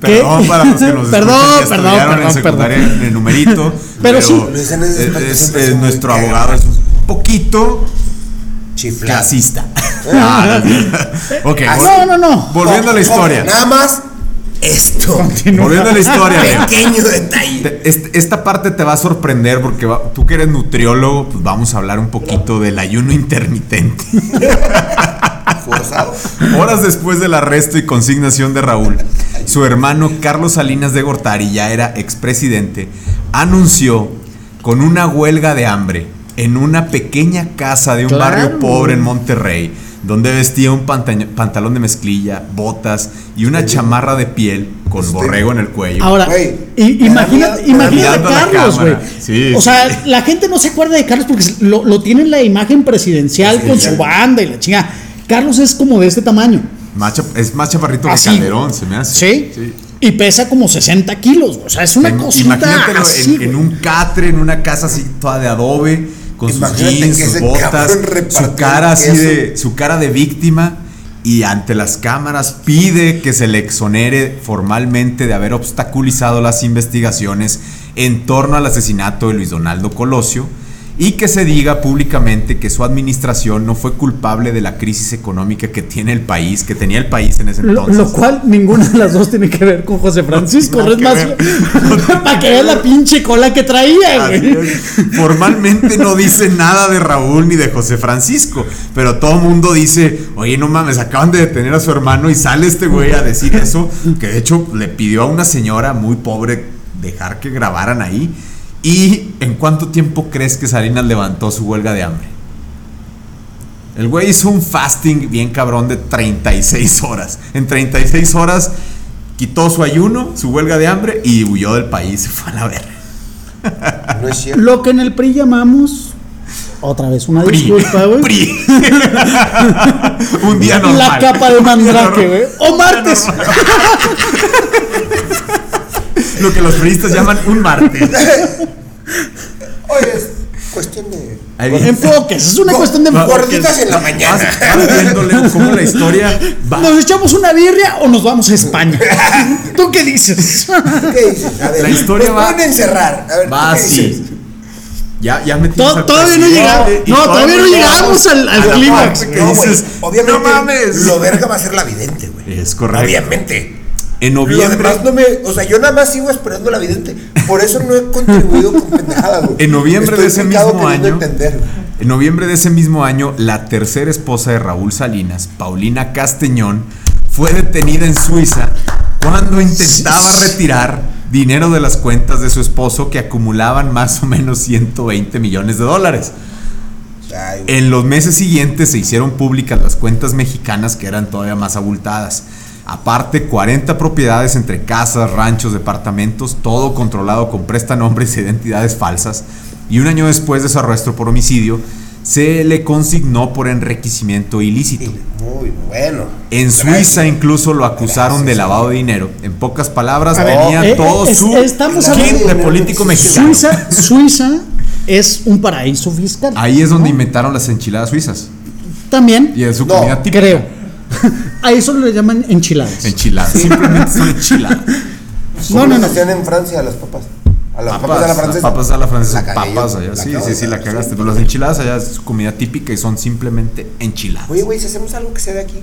Perdón para los que nos Perdón, escuchan que perdón, estudiaron en perdón, secundaria perdón. de numerito. Pero sí. Lo dicen en ese es- aspecto, es- siempre es son muy nuestro cagados. abogado es un poquito Chiflado. clasista. Ah, no. ok. Así. vol- No, no, no. Volviendo a la Ojo, ojo, historia. Nada más esto. Volviendo a la historia. Leo. Pequeño detalle. Te- est- Esta parte te va a sorprender porque va- tú que eres nutriólogo, pues vamos a hablar un poquito del ayuno intermitente. Forzado. Horas después del arresto y consignación de Raúl, su hermano Carlos Salinas de Gortari, ya era expresidente, anunció con una huelga de hambre en una pequeña casa de un Claro. barrio pobre en Monterrey, donde vestía un pantaño- pantalón de mezclilla, botas y una chamarra de piel con Sí. borrego en el cuello. Ahora, Güey, i- me da imagínate, miedo, me da imagínate miedo. a Carlos, Mirando la güey. cámara, sí. O sea, la gente no se acuerda de Carlos porque lo, lo tiene en la imagen presidencial con su banda y la chingada. Carlos es como de este tamaño. Más chap- es más chaparrito Así. que Calderón, se me hace. ¿Ah, ¿Sí? Y pesa como 60 kilos, güey. O sea, es una Ten- cosita imagínatelo en- así, en, güey. un catre, en una casa así toda de adobe, con Imagínate sus jeans, que sus ese botas, cabrón repartió su cara así queso. de, su cara de víctima y ante las cámaras pide que se le exonere formalmente de haber obstaculizado las investigaciones en torno al asesinato de Luis Donaldo Colosio y que se diga públicamente que su administración no fue culpable de la crisis económica que tiene el país, que tenía el país en ese Lo, entonces. lo cual ninguna de las dos tiene que ver con José Francisco. Nada es que más, ver. para que veas la pinche cola que traía, Así güey. es. Formalmente no dice nada de Raúl ni de José Francisco, pero todo mundo dice, oye, no mames, acaban de detener a su hermano y sale este güey a decir eso, que de hecho le pidió a una señora muy pobre dejar que grabaran ahí. ¿Y en cuánto tiempo crees que Salinas levantó su huelga de hambre? El güey hizo un fasting bien cabrón de 36 horas. En 36 horas quitó su ayuno, su huelga de hambre y huyó del país, se fue a la verga. No es cierto. Lo que en el PRI llamamos. Otra vez, una PRI. disculpa, güey. PRI. Un día normal. La capa de mandrake, Un güey. Oh. día O martes. normal. Lo que los priistas llaman un martes. Oye, es cuestión de. Ahí viene. Em- Enfoques. Es una cuestión de va- enfoques. Gorditas en la Vas, mañana. vas viendo, Leo, cómo la historia va. ¿Nos echamos una birria o nos vamos a España? ¿Tú qué dices? ¿Qué dices? A ver, La historia nos va- pueden encerrar. A ver, Va ¿tú qué dices? así. Ya, ya me To- todavía no llegamos. No, todavía no llegamos al- al clímax, Que güey. No, güey, dices, obviamente, no mames. Lo verga va a ser la vidente, güey. Es correcto. Obviamente. En Lo noviembre. demás no me. O sea, yo nada más sigo esperando la vidente. Por eso no he contribuido con pendejadas, güey. En noviembre Estoy de ese picado mismo queriendo año- entender. En noviembre de ese mismo año, la tercera esposa de Raúl Salinas, Paulina Casteñón, fue detenida en Suiza cuando intentaba retirar dinero de las cuentas de su esposo que acumulaban más o menos 120 millones de dólares. Ay, güey. En los meses siguientes se hicieron públicas las cuentas mexicanas que eran todavía más abultadas. Aparte, 40 propiedades entre casas, ranchos, departamentos, todo controlado con prestanombres e identidades falsas. Y un año después de su arresto por homicidio, se le consignó por enriquecimiento ilícito. Muy bueno. En Suiza incluso lo acusaron de Gracias. lavado de dinero. En pocas palabras, A ver, tenía eh, todo eh, es- su estamos kit hablando de de- político mexicano. Suiza, Suiza es un paraíso fiscal. Ahí es donde ¿no? inventaron las enchiladas suizas. Y También, es su No, comida típica. creo. A eso le llaman enchiladas. Enchiladas. Simplemente son enchiladas. No, no, no. hacían en Francia las papas? A las papas, a la francesa. Papas a la francesa. La cagué papas yo, allá. la sí, acabo sí, de sí, la cagar. cagaste. Pero las enchiladas allá es comida típica y son simplemente enchiladas. Oye, güey, si hacemos algo que sea de aquí.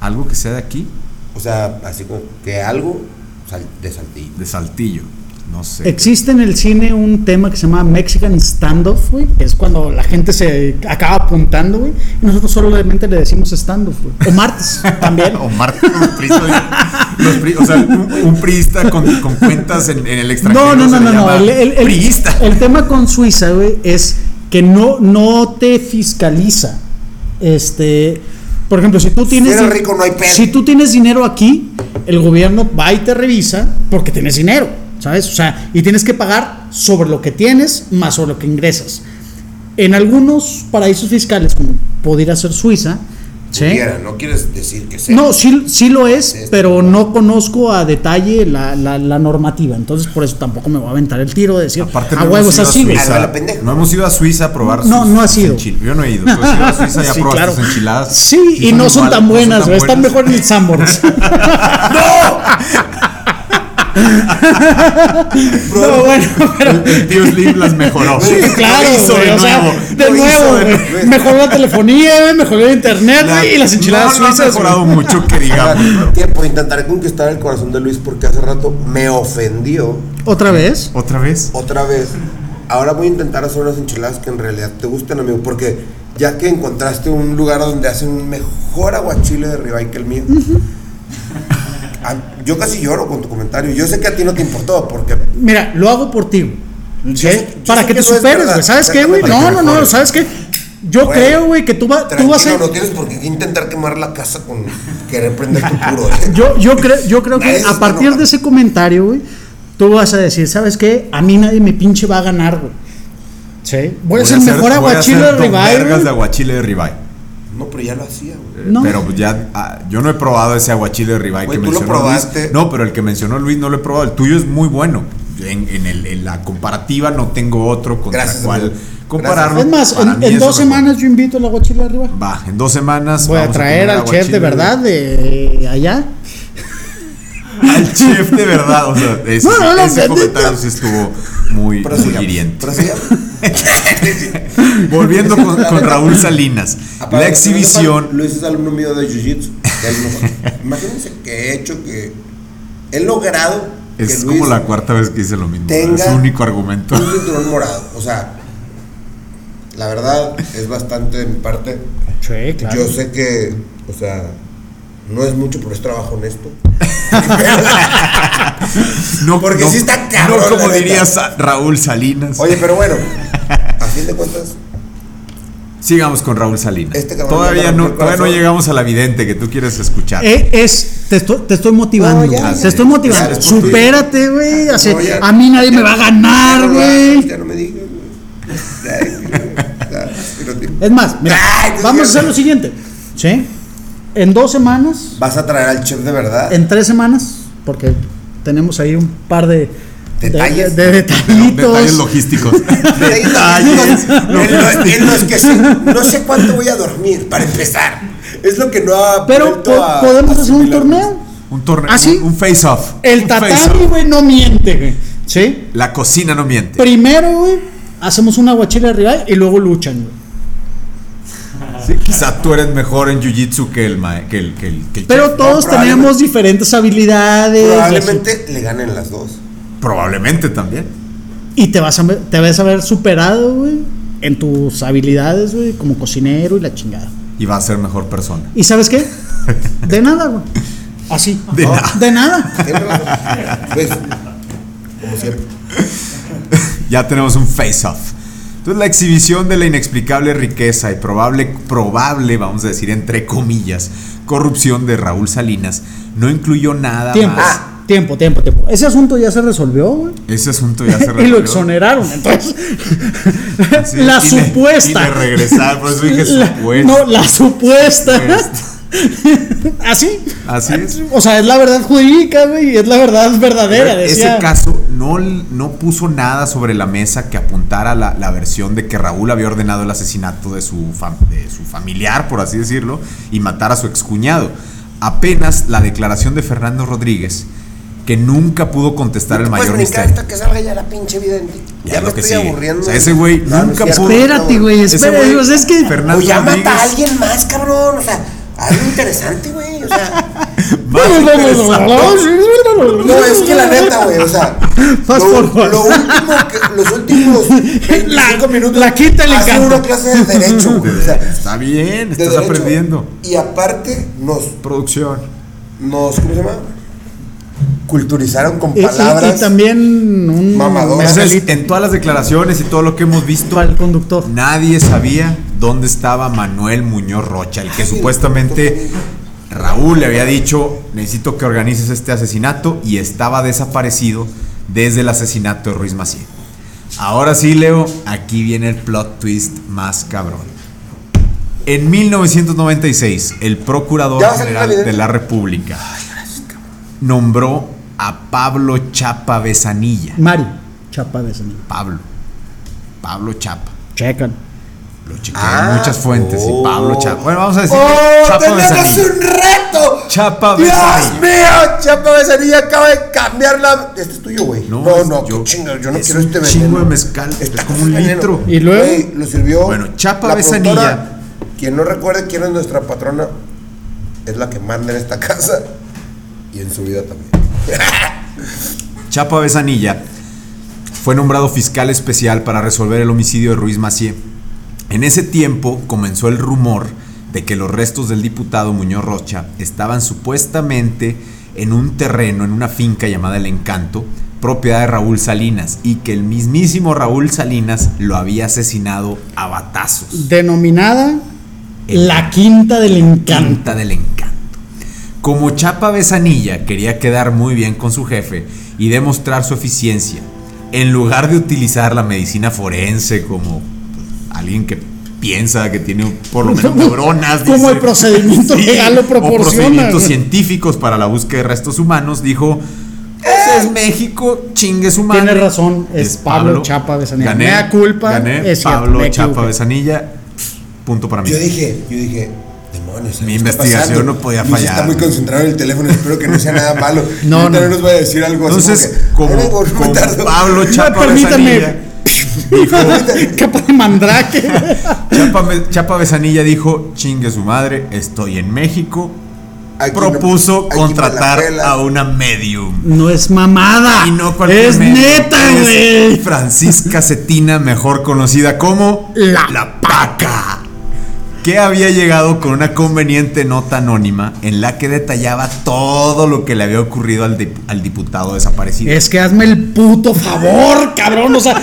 Algo que sea de aquí, O sea, así como que algo sal- de saltillo. de saltillo. No sé. Existe en el cine un tema que se llama Mexican Standoff, güey, que es cuando la gente se acaba apuntando, güey, y nosotros solamente le decimos standoff, güey. O martes también. O Marta, los priistas, los pri- o sea, un, un priista con, con cuentas en, en el extranjero. No, no, se no, le no, no. llama El, el- el- priista. el tema con Suiza, güey, es que no, no te fiscaliza. Este, por ejemplo, si tú tienes. eres din- rico, no hay pedo. Si tú tienes dinero aquí, el gobierno va y te revisa porque tienes dinero, ¿sabes? O sea, y tienes que pagar sobre lo que tienes más sobre lo que ingresas. En algunos paraísos fiscales, como pudiera ser Suiza, ¿sí? Pudiera, no quieres decir que sea. No, sí, sí lo es, Este, pero ¿no? no conozco a detalle la, la- la normativa. Entonces, por eso tampoco me voy a aventar el tiro de decir, Aparte, a no hemos huevos ido así, güey. Suiza. Ah, no, la pendeja. No hemos ido a Suiza a probar No, sus- no ha sus sido. enchil- Yo no he ido. Tú has ido a Suiza y a Sí, probar claro. sus enchiladas. Sí, y no son igual- tan buenas, tan güey. Están buenas. mejor en el Sanborns. ¡No! no, bueno, pero. El tío Slim las mejoró. Sí, claro, Lo hizo güey, de o sea, nuevo. de Lo hizo nuevo, de güey. nuevo. mejoró la telefonía, güey, mejoró el internet, güey, y las enchiladas no, suizas. No ha mejorado güey. mucho que digamos. Tiempo, intentaré conquistar el corazón de Luis porque hace rato me ofendió ¿Otra vez? ¿Otra vez? otra vez. Ahora voy a intentar hacer unas enchiladas que en realidad te gusten, amigo, porque ya que encontraste un lugar donde hacen un mejor aguachile de ribeye que el mío. Ah, Yo casi lloro con tu comentario. Yo sé que a ti no te importó porque Mira, lo hago por ti. güey. Yo ¿Sí? sé- yo Para sé que, que te no es superes, verdad, güey. ¿Sabes qué, güey? exactamente, No, no, pero no, mejor. ¿sabes qué? Yo Bueno, creo, güey, que tú, va- tú tranquilo, vas a... no tienes por qué intentar quemar la casa con querer prender tu puro. ¿eh? Yo, yo, creo, yo creo Nadie que se a está partir de enojando. ese comentario, güey, tú vas a decir, ¿sabes qué? A mí nadie me pinche va a ganar, güey. Sí. Voy a ser el hacer- mejor voy a aguachile de hacer dos rival. vergas güey. de aguachile de ribeye. No, pero ya lo hacía, güey. No. Pero pues ya, ah, yo no he probado ese aguachile de ribeye Güey, que tú lo mencionó probaste. Luis. No, pero el que mencionó Luis no lo he probado. El tuyo es muy bueno. En, en el- en la comparativa no tengo otro contra Gracias, cual amigo. compararlo. Es más, para en, mí en es dos una- semanas yo invito el aguachile arriba. Va, en dos semanas. Voy a vamos traer comer al chef de aguachile. verdad de allá. Al chef de verdad. O sea, ese, No, no, no, ese bendito. comentario sí estuvo muy, Pero muy hiriente. Volviendo Volviendo con, con Raúl Salinas. La exhibición. Luis es alumno mío de Jiu-Jitsu. de ahí no- Imagínense que he hecho que he logrado Es que como Luis la cuarta vez que dice lo mismo. tenga es su único argumento. un cinturón morado. O sea, la verdad es bastante de mi parte. Sí, claro. Yo sé que, o sea, no es mucho, pero es trabajo honesto. No, Porque no- sí está cabrón, No como la neta. diría Sa- Raúl Salinas. Oye, pero bueno, a fin de cuentas, Sigamos con Raúl Salinas. Este cabrón todavía me no, rompió el todavía no corazón. llegamos a la vidente que tú quieres escuchar. Eh, es, te estoy, te estoy motivando, No, Oh, ya, güey. ya, te estoy ya, motivando. ya, ya, Supérate, güey. así, No, ya. a mí nadie me va a ganar, ya no lo hagas, güey. Ya no me digas, güey. Ya, ya, pero te- Es más, mira, Ay, Dios vamos mío. a hacer lo siguiente. ¿Sí? En dos semanas, ¿Vas a traer al chef de verdad? en tres semanas, porque tenemos ahí un par de de- Detalles. de, detallitos. Detalles logísticos. Detalles. En, pues, logísticos. lo- en los que sí, no sé cuánto voy a dormir para empezar. Es lo que no ha Pero vuelto po- a- podemos a hacer un asimilar. torneo. Un torneo. ¿Ah, sí? Un un face-off. El Un tatami, face-off. güey, no miente, güey. ¿Sí? La cocina no miente. Primero, güey, hacemos un aguachile rival y luego luchan, güey. Sí, quizá tú eres mejor en jiu-jitsu que el, ma- que el, que el- que el Pero chef. todos probablemente- tenemos diferentes habilidades. Probablemente le ganen las dos. Probablemente también. Y te vas a, ver- te vas a haber superado, güey, en tus habilidades, güey, como cocinero y la chingada. Y va a ser mejor persona. ¿Y sabes qué? De nada, güey. Así. De ¿no? nada. De nada. Tienes razón. Pues, como siempre. Ya tenemos un face-off. Entonces la exhibición de la inexplicable riqueza y probable, probable, vamos a decir entre comillas, corrupción de Raúl Salinas no incluyó nada Tiempo. más. Ah. Tiempo, tiempo, tiempo. Ese asunto ya se resolvió, güey. Ese asunto ya se Y lo resolvió. exoneraron. Entonces, Sí, la y le- supuesta. y le regresar, por eso dije La- supuesta. No, la supuesta. Así. Así es. O sea, es la verdad jurídica, güey, y es la verdad verdadera. decía. Ese caso no, no puso nada sobre la mesa que apuntara la, la versión de que Raúl había ordenado el asesinato de su, fam- de su familiar, por así decirlo, y matar a su excuñado. Apenas la declaración de Fernando Rodríguez, que nunca pudo contestar el Pues mayor brincar misterio. hasta que salga ya la pinche vidente. Ya Ya, lo me que estoy sigue. aburriendo. O sea, ese güey no nunca es cierto, pudo- Espérate, güey, Ese espérate. güey, o sea, es que. Fernando O ya Rodríguez. mata a alguien más, cabrón. O sea, algo interesante, güey. O sea, Más interesante. no, es que la neta, güey. O sea, Fast lo, forward. lo último que, los últimos 25 minutos. la quita el ha sido encanto. una clase de derecho, güey. O sea, de Está bien, estás derecho. aprendiendo. Y aparte, nos, Producción. nos, ¿cómo se llama? Culturizaron con Eh, Y, y- Eh, y palabras. también un Mamador. Entonces, mezcalito en todas las declaraciones y todo lo que hemos visto, al conductor. Nadie sabía dónde estaba Manuel Muñoz Rocha, el que supuestamente Raúl le había dicho, necesito que organices este asesinato y estaba desaparecido desde el asesinato de Ruiz Macié. Ahora sí, Leo, aquí viene el plot twist más cabrón. En 1996, el Procurador Ya va a salir la General evidencia. de la República nombró a Pablo Chapa Besanilla. Mari, chapa de ese niño. Pablo. Pablo Chapa. Checan. Lo chequeé Ah, en muchas fuentes. oh. Y Pablo Chapa. Bueno, vamos a decir. ¡Oh, Chapa tenemos Besanilla. un reto! Chapa ¡Dios Besanilla. mío! Chapa Besanilla acaba de cambiar la... Este es tuyo, güey. No, no, es- qué chinga, yo no es quiero un este veneno. chingo de mezcal. Está es como un veneno. litro. Y luego- Güey, Ah, lo sirvió... Bueno, Chapa la Besanilla. productora, Quien no recuerde quién es nuestra patrona, es la que manda en esta casa y en su vida también. Chapa Besanilla fue nombrado fiscal especial para resolver el homicidio de Ruiz Macié. En ese tiempo comenzó el rumor de que los restos del diputado Muñoz Rocha estaban supuestamente en un terreno, en una finca llamada El Encanto, propiedad de Raúl Salinas, y que el mismísimo Raúl Salinas lo había asesinado a batazos. Denominada La Quinta del Encanto. Quinta del Encanto. Como Chapa Besanilla quería quedar muy bien con su jefe y demostrar su eficiencia, en lugar de utilizar la medicina forense como pues, alguien que piensa que tiene por lo menos neuronas. Como el procedimiento legal lo o proporciona, procedimientos güey. científicos para la búsqueda de restos humanos, dijo, Pues es México, chingue su madre. Tienes Eh, razón, es Pablo Chapa Besanilla. Gané, Mea culpa, Gané, es cierto, Pablo me Chapa equivoqué. Besanilla. Punto para mí. Yo dije, yo dije, demonios. Mi ¿qué está investigación pasando? no podía Luis fallar. Está muy concentrado en el teléfono, espero que no sea nada malo. No, Ahorita no. nos va a decir algo así. Entonces, como, "Ahora, gordo, como me tardo". Pablo Chapa permítame. Besanilla. Capa de mandrake. Chapa, Be- Chapa Besanilla dijo: chingue su madre, estoy en México. Aquí no- propuso aquí me la contratar pela. a una medium. No es mamada. Y no cualquier Ah, es medium, neta, es güey. Francisca Cetina, mejor conocida como La Paca. Que había llegado con una conveniente nota anónima en la que detallaba todo lo que le había ocurrido al, dip- al diputado desaparecido. Es que hazme el puto favor, cabrón. O sea,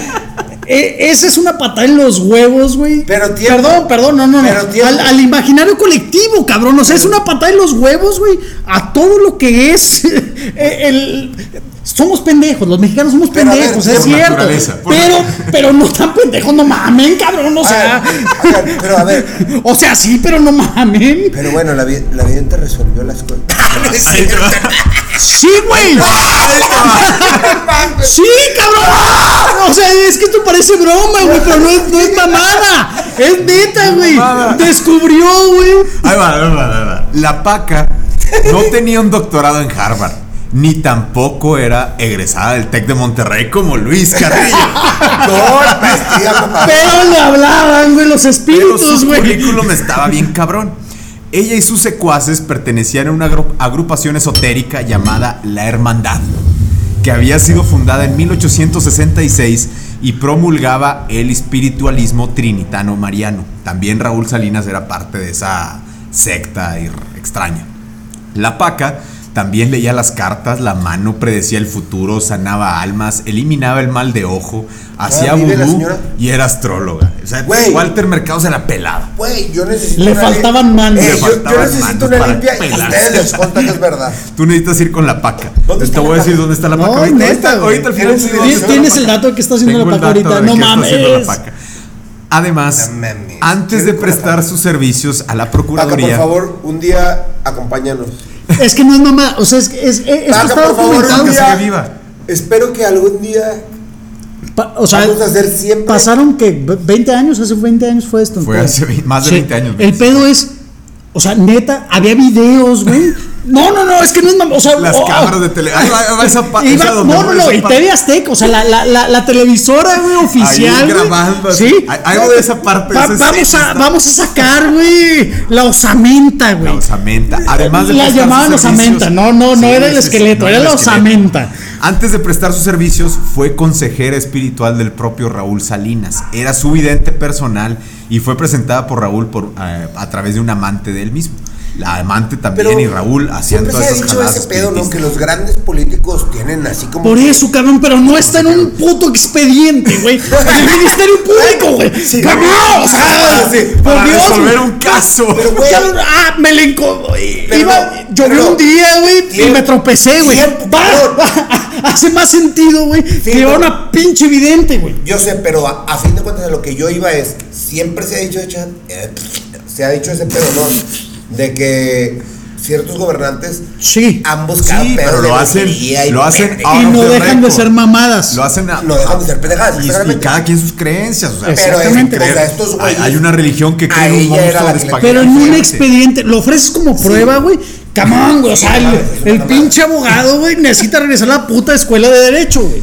e- esa es una patada en los huevos, güey. Pero tiempo. Perdón, perdón, no, no, no. Pero tiempo. Al, al imaginario colectivo, cabrón. O sea, es una patada en los huevos, güey. A todo lo que es. e, el- somos pendejos, los mexicanos somos Pero a ver, pendejos, es por cierto. naturaleza, por- Pero, pero no tan pendejos, no mamen, cabrón. O A sea. ver, Ah, a ver, pero a ver. O sea, sí, pero no mamen. Pero bueno, la, vi- la vidente resolvió las cosas. Ahí te va. Sí, güey. Ahí te va. ¡Sí, cabrón! ¡Ah! O sea, es que esto parece broma, güey, pero no es, no es mamada. Es neta, güey. Mamada. Descubrió, güey. Ahí va, ahí va, ahí va. La Paca no tenía un doctorado en Harvard, ni tampoco era egresada del TEC de Monterrey como Luis Carrillo. Pero le hablaban, güey, los Pero espíritus, su güey. currículum estaba bien cabrón. Ella y sus secuaces pertenecían a una agru- agrupación esotérica llamada La Hermandad, que había sido fundada en 1866 y promulgaba el espiritualismo trinitano mariano. También Raúl Salinas era parte de esa secta ir- extraña. La paca también leía las cartas, la mano predecía el futuro, sanaba almas, eliminaba el mal de ojo, hacía vive Ah, la vudú señora? y era astróloga. O sea, Güey. Walter Mercado se la pelaba. Güey, yo necesito. Le una li- faltaban manos. Eh, Le yo- yo, faltaban manos necesito una para limpia y pelarse. ustedes les contan que es verdad. Tú necesitas ir con la paca. Te ¿Dónde está voy la a paca? decir dónde está la No, paca. Ahorita, neta, ahorita, güey. ahorita al final Tienes- te digo dónde está la tienes el paca. dato que está haciendo Tengo la el paca dato ahorita. de No qué está haciendo mames. la paca. Además, No mames. antes de Quiero ir con la prestar paca. sus servicios a la Paca, Procuraduría, por favor, un día acompáñanos. Es que no es mamada. O sea, es que es, es- esto Paca, está por favor, documentado. un que siga día. viva. Espero que algún día Pa- o sea, vamos a hacer siempre. pasaron que 20 años, hace 20 años fue esto. Fue entonces. hace vein- más de 20 años, El pedo es, o sea, neta, había videos, güey. No, no, no, es que no es mamada. O sea, Las oh, cámaras de tele. ahí va- ahí va esa pa- Iba- esa no, donde no, muere no, esa y pa- TV Azteca, o sea, la, la, la, la televisora, güey, oficial. güey. grabando así. Sí. A- algo de esa parte, Va- esa vamos, escena a, está- vamos a sacar, güey, la osamenta, güey. La osamenta. Además de La prestar llamaban sus servicios- osamenta, no, no, no era el esqueleto, era el la osamenta. Antes de prestar sus servicios, fue consejera espiritual del propio Raúl Salinas. Era su vidente personal y fue presentada por Raúl por, eh, a través de un amante de él mismo. La amante también Pero y Raúl hacían siempre todas se ha esas dicho jaladas. ese pedo, ¿no? Que espiritistas. los grandes políticos tienen así como. Por eso, cabrón, pero no está en un puto expediente, güey. En el Ministerio Público, güey. cabrón, o sea, Ah, sí, por para Dios, resolver güey. un caso. Pero, güey, Cabrón, ah, me le enco- Pero Iba, no, llovió pero un día, güey, y tiempo, me tropecé, güey. tiempo, Va, cabrón. va, hace más sentido, güey, que llevar una pinche vidente, güey. Yo sé, pero a, a fin de cuentas a lo que yo iba es, siempre se ha dicho, echa- eh, se ha dicho ese pedo, ¿no? De que ciertos gobernantes Sí. han buscado Sí, pero pedos de lo hacen, brujería y lo hacen pendejadas. out Y of no the dejan de record. ser mamadas. Lo hacen a- No dejan de ser pendejadas, y- Y, exactamente. cada quien sus creencias. o sea, Exacto. Pero es, Exactamente. o sea, estos hay, güeyes... hay una religión que a cree en un ella era monstruo de la que le- espagueti. Pero en un gigante. expediente, lo ofreces como prueba, güey. Camón, güey. O sea, el, el pinche abogado, güey, necesita regresar a la puta escuela de derecho, güey.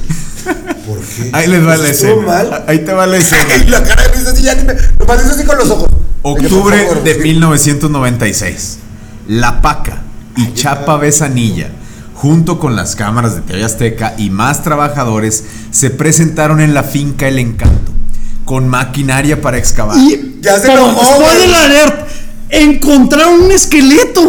¿Por qué? Ahí les Ah, va Pues la estuvo escena. mal. Ahí te va la Y escena. la cara de Luis así ya ni me... Nomás hizo así con los ojos. Octubre Por favor, de sí. 1996. La Paca y Chapa Besanilla, junto con las cámaras de TV Azteca y más trabajadores, se presentaron en la finca El Encanto, con maquinaria para excavar. Y, Ya se pero, enojó, spoiler güey. alert, encontraron un esqueleto,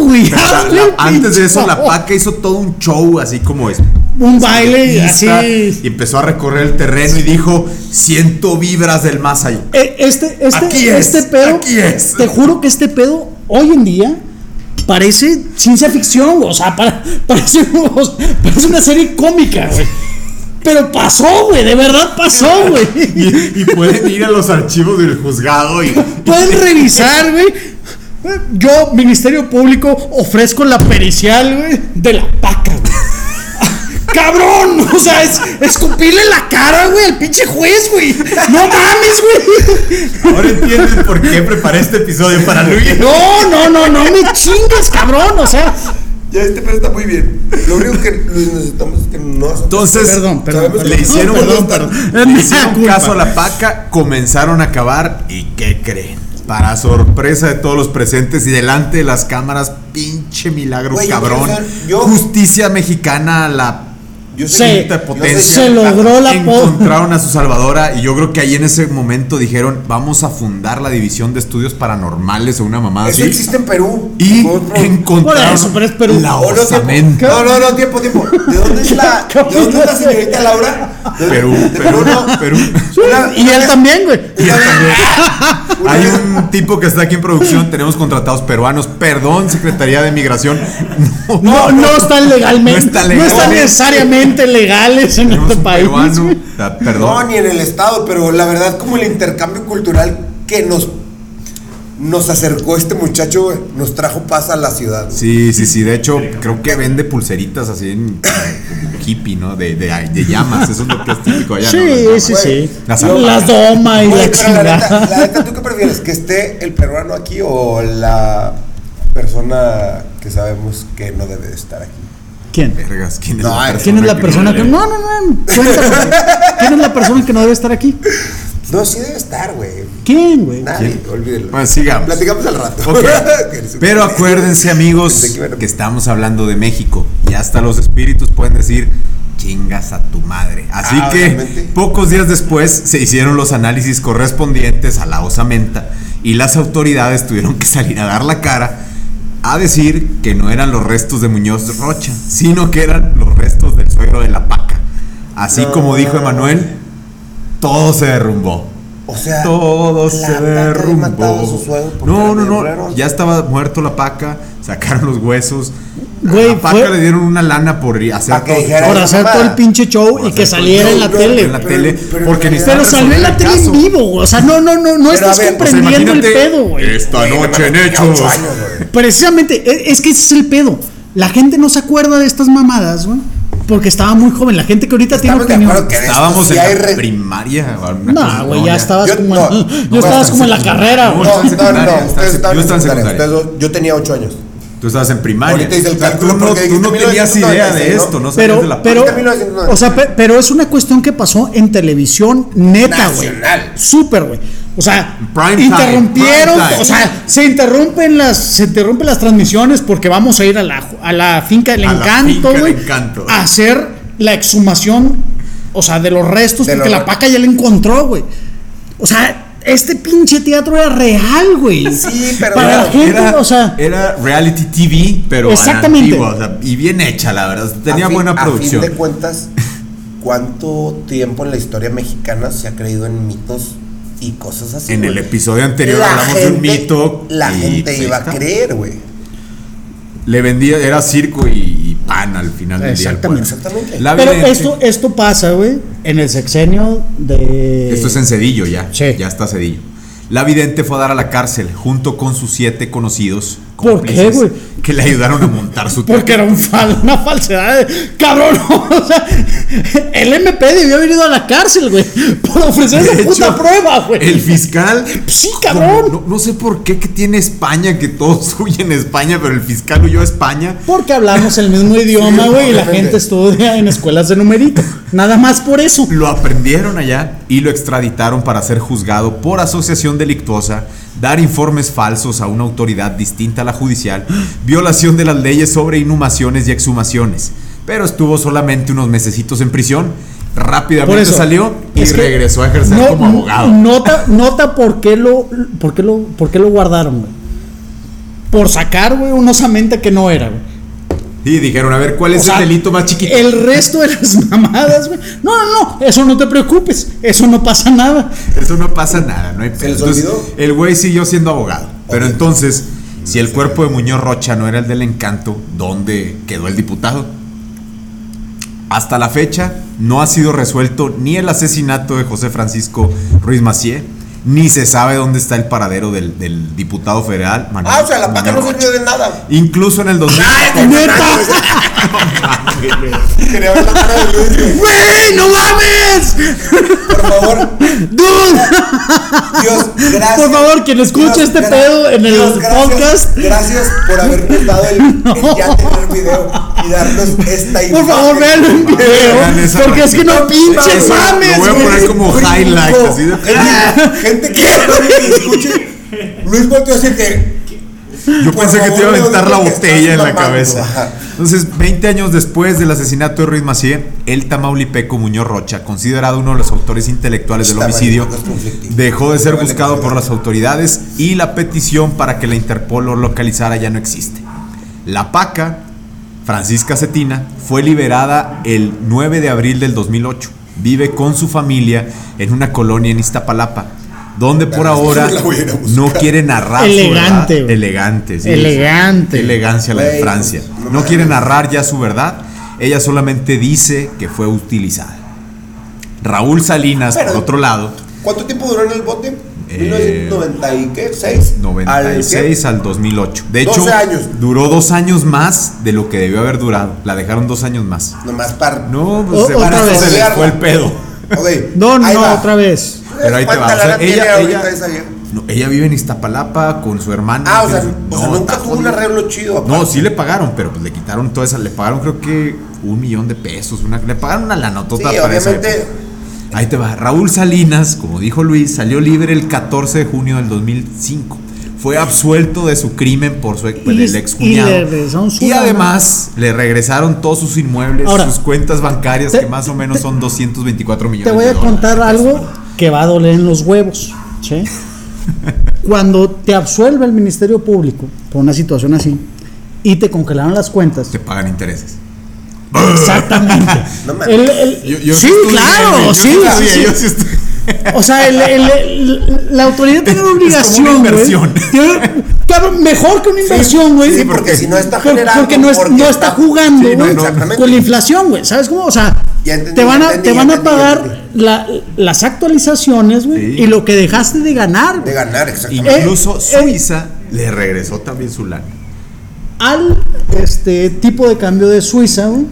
güey. Pero la- la- Hazle el antes de pinche eso, la favor. Paca hizo todo un show así como es. Un baile y Pista, así. Y empezó a recorrer el terreno y dijo: Siento vibras del más allá. E- Este, este, Aquí es, este pedo, aquí es. te juro que este pedo hoy en día parece ciencia ficción, güey. o sea, para- parece, o sea, parece una serie cómica, güey. Pero pasó, güey, de verdad pasó, güey. Y, y pueden ir a los archivos del juzgado y, Pueden revisar, güey. Yo, Ministerio Público, ofrezco la pericial, güey, de la paca, güey. ¡Cabrón! O sea, es escupirle la cara, güey, al pinche juez, güey. ¡No mames, güey! Ahora entienden por qué preparé este episodio para Luis. No, no, no, no me chingues, cabrón. O sea, Ya este pedo está muy bien. Lo único que Luis, necesitamos es que no hace- Entonces, perdón, perdón. sabemos que le hicieron, Perdón, le hicieron Culpa. caso a la paca, comenzaron a cavar y ¿qué creen? Para sorpresa de todos los presentes y delante de las cámaras, pinche milagro Güey, yo cabrón. quiero ser- yo- Justicia mexicana, la Yo Sí. sé quinta yo potencia. sé- Se logró la po- Encontraron a su salvadora y yo creo que ahí en ese momento dijeron, vamos a fundar la división de estudios paranormales o una mamada Eso así. existe en Perú. Y Otro- encontraron Por eso, pero es Perú. la Oh, no, tiempo. osamenta. no, no, no, tiempo, tiempo. ¿De dónde es la, ¿Cómo ¿de dónde es la no? señorita Laura? De- Perú, de Perú, no. Perú. Una- y él también, güey. Y Una vez- también una Hay vez- un tipo que está aquí en producción, tenemos contratados peruanos. Perdón, Secretaría de Migración. No, No, no están No legalmente. No, está legal. están necesariamente legales en tenemos este un país. peruano. güey. Ah, No, Perdón. ni en el Estado, pero la verdad, como el intercambio cultural que nos, nos acercó este muchacho, güey, nos trajo paz a la ciudad. Sí, sí, sí. De hecho, creo que vende pulseritas así en como hippie, ¿no? De, de- de llamas. Eso es lo que es típico allá. ¿no? Las Sí, llamas. sí, güey. sí. Las Las, armas. doma y Güey, la pero la neta, la chingada. neta, ¿tú qué prefieres? ¿Que esté el peruano aquí o la persona que sabemos que no debe de estar aquí? ¿Quién? Vergas, ¿quién es No, la ¿quién persona? ¿Quién es la persona que.? debe? No, no, no. cuéntalo, güey. ¿Quién es la persona que no debe estar aquí? No, sí debe estar, güey. ¿Quién, güey? Nadie, ¿Quién? olvídelo. Bueno, sigamos. Platicamos al rato. Ok. Que eres un- Pero acuérdense amigos Pensé que iban a- que estamos hablando de México y hasta los espíritus pueden decir chingas a tu madre. Así Ah, que obviamente. pocos días después se hicieron los análisis correspondientes a la osamenta y las autoridades tuvieron que salir a dar la cara a decir que no eran los restos de Muñoz Rocha, sino que eran los restos del suegro de la paca. Así No. como dijo Emanuel, todo se derrumbó. O sea, Todo la se vaca había matado a su derrumbó. suegro porque No, eran no, no. guerreros. Ya estaba muerto la paca. Sacaron los huesos. Güey, a la paca fue- le dieron una lana por hacer Pa' que todo. dijera, todo- Por hacer todo el pinche show por y hacer que todo el saliera show, en la no, tele. En la güey. Pero- tele. pero en porque realidad- necesitaban Pero salió en la resolver tele el en caso. vivo, güey. O sea, no, no, no, no estás a ver, o sea, comprendiendo el pues, imagínate- pedo, güey. Esta Güey, noche en no mames, hechos. ocho años, güey. Precisamente, e- es que ese es el pedo. La gente no se acuerda de estas mamadas, güey. Porque estaba muy joven. La gente que ahorita Estamos de tiene acuerdo opinión. que de esto Estábamos sí en hay la re- primaria. o alguna cosa, No, güey, ya estabas Yo- como. no, yo estabas como en la carrera, No, güey. No, Está en no, secundaria, no, está en ustedes sec- estaban yo estaba en en secundaria. secundaria. ustedes dos- Yo tenía ocho años. Tú estabas en primaria. Ahorita hice el O sea, tú cálculo no, porque tú no dijiste tenías idea de 1996, ¿no? esto. No sabías de Pero, la pero, paca. o sea, pe- pero es una cuestión que pasó en televisión neta, güey. Nacional. Súper, güey. O sea, Prime time, interrumpieron, prime time. o sea, se interrumpen las, se interrumpen las transmisiones porque vamos a ir a la, a la finca del A la encanto, finca del güey, encanto. a hacer la exhumación, o sea, de los restos De porque los- la paca ya la encontró, güey. O sea, este pinche teatro era real, güey. Sí, pero para era- la gente, o sea, era reality TV, pero a la Exactamente. antigua, o sea, y bien hecha, la verdad. Tenía A fin- buena A fin de producción. cuentas, ¿cuánto tiempo en la historia mexicana se ha creído en mitos y cosas así? En güey? el episodio anterior pues, La hablamos de un gente- mito. La y gente ahí iba a está. creer, güey. Le vendía, era circo y, y pan al final del día. Exactamente. del pueblo. Exactamente. La Pero vidente- esto, esto pasa, güey, en el sexenio de. Esto es en Cedillo ya. eh, Sí. Ya está Cedillo. La vidente fue a dar a la cárcel junto con sus siete conocidos. ¿Por qué, cómplices, güey? Que le ayudaron a montar su Porque era un fal- una falsedad. de- Cabrón, o sea, el MP debió haber ido a la cárcel, güey, por ofrecer esa De puta hecho, prueba, güey. El fiscal. Sí, cabrón. No, no sé por qué que tiene España, que todos huyen a España, pero el fiscal huyó a España. Porque hablamos el mismo idioma, Sí, güey, y la obviamente. gente estudia en escuelas de numerito. Nada más por eso. Lo aprendieron allá y lo extraditaron para ser juzgado por asociación delictuosa, dar informes falsos a una autoridad distinta a la judicial, violación de las leyes sobre inhumaciones y exhumaciones. Pero estuvo solamente unos mesecitos en prisión, Por rápidamente eso. salió y Es que regresó a ejercer no- como abogado. Nota, nota por qué lo, por qué lo, por qué lo guardaron, güey. Por sacar, güey, una osamenta que no era, güey. Y dijeron, a ver, ¿cuál es O sea, el delito más chiquito? El resto de las mamadas, güey. No, no, no, eso no te preocupes. Eso no pasa nada. Eso no pasa nada, no hay pedo. les Entonces, olvidó? el güey siguió siendo abogado. Pero Ok. entonces, si el cuerpo de Muñoz Rocha no era el del encanto, ¿dónde quedó el diputado? Hasta la fecha no ha sido resuelto ni el asesinato de José Francisco Ruiz Macié, Ni se sabe dónde está el paradero del, del diputado federal Manuel. Ah, o sea, la Manuel paca no Rocha. sirvió de nada. Incluso en el 2000. Quería ver la cara de Luis. güey. ¡Güey! ¡No mames! Por favor, ¡Dude! Dios, gracias. Por favor, quien escuche Dios, este gra- pedo en el Dios, gracias, podcast. Gracias por habernos dado el, el ya tener video y darnos esta Por favor, vean un video. Vean esa Porque es que no manchita. pinches Eso, mames, Lo voy a güey. poner como Gringo. highlight. Así de- Gente, gente que no lo escuche. Luis volteó así que. Yo Por pensé que te iba a favor, aventar León, la porque botella estás en la mamando. cabeza. Ajá. Entonces, 20 años después del asesinato de Ruiz Macié, el tamaulipeco Muñoz Rocha, considerado uno de los autores intelectuales del Tamaulipeco homicidio, es conflictivo. dejó de ser Vale, buscado vale. por las autoridades y la petición para que la Interpol lo localizara ya no existe. La PACA, Francisca Cetina, fue liberada el 9 de abril del 2008. Vive con su familia en una colonia en Iztapalapa, donde por La ahora voy a ir a no buscar. quiere narrar su Elegante, verdad. güey. Elegante, sí. Elegante. Qué elegancia la de Güey, Francia. no No mames. quiere narrar ya su verdad. Ella solamente dice que fue utilizada. Raúl Salinas, Pero- por otro lado, ¿Cuánto tiempo duró en el bote? Eh, 1990 y qué? ¿6? 96 al, 2008. De hecho, 12 años. duró dos años más de lo que debió haber durado. La dejaron dos años más. Nomás para. No, O- pues según otra esto vez. se le fue el pedo. Ok, No, ahí no, va. otra vez. Pero ahí te va. ¿Cuánta O sea, lana tiene ella, ahorita ella- esa vieja? no, ella vive en Iztapalapa con su hermana. Ah, o sea, Tiene su- o sea, no, nunca está tuvo un jodido. arreglo chido. No, sí le pagaron, pero pues le quitaron toda esa. Le pagaron, creo que un millón de pesos. Una, le pagaron una Sí, lanotota para esa obviamente. época. Ahí te va. Raúl Salinas, como dijo Luis, salió libre el 14 de junio del 2005. Fue absuelto de su crimen por su ex, Y- el excuñado. y le regresaron su Y lana. además le regresaron todos sus inmuebles, Ahora, sus cuentas bancarias, te- que más o menos son 224 millones Te voy de a dólares. contar algo que va a doler en los huevos. ¿sí? Cuando te absuelve el Ministerio Público por una situación así y te congelaron las cuentas. Te pagan intereses. Exactamente. No mames. El- el- Yo- yo sí, estudié, güey, claro, yo sí, sí, estudié, sí. yo estudié. O sea, el- el- el- la autoridad Es tiene una como una obligación. güey. inversión. Tiene- claro, mejor que una inversión, güey. sí, porque si no está Por- generando, Porque no, es- porque no está- está jugando Sí, no, güey, no. Exactamente. con la inflación, güey. ¿Sabes cómo? O sea, Ya entendí, te van ya a, entendí, te ya van a entendí, ya pagar entendí. la- las actualizaciones, güey, Sí. y lo que dejaste de ganar, De güey. ganar, exactamente. Incluso eh. Suiza le regresó también su lana. al este tipo de cambio de Suiza, güey,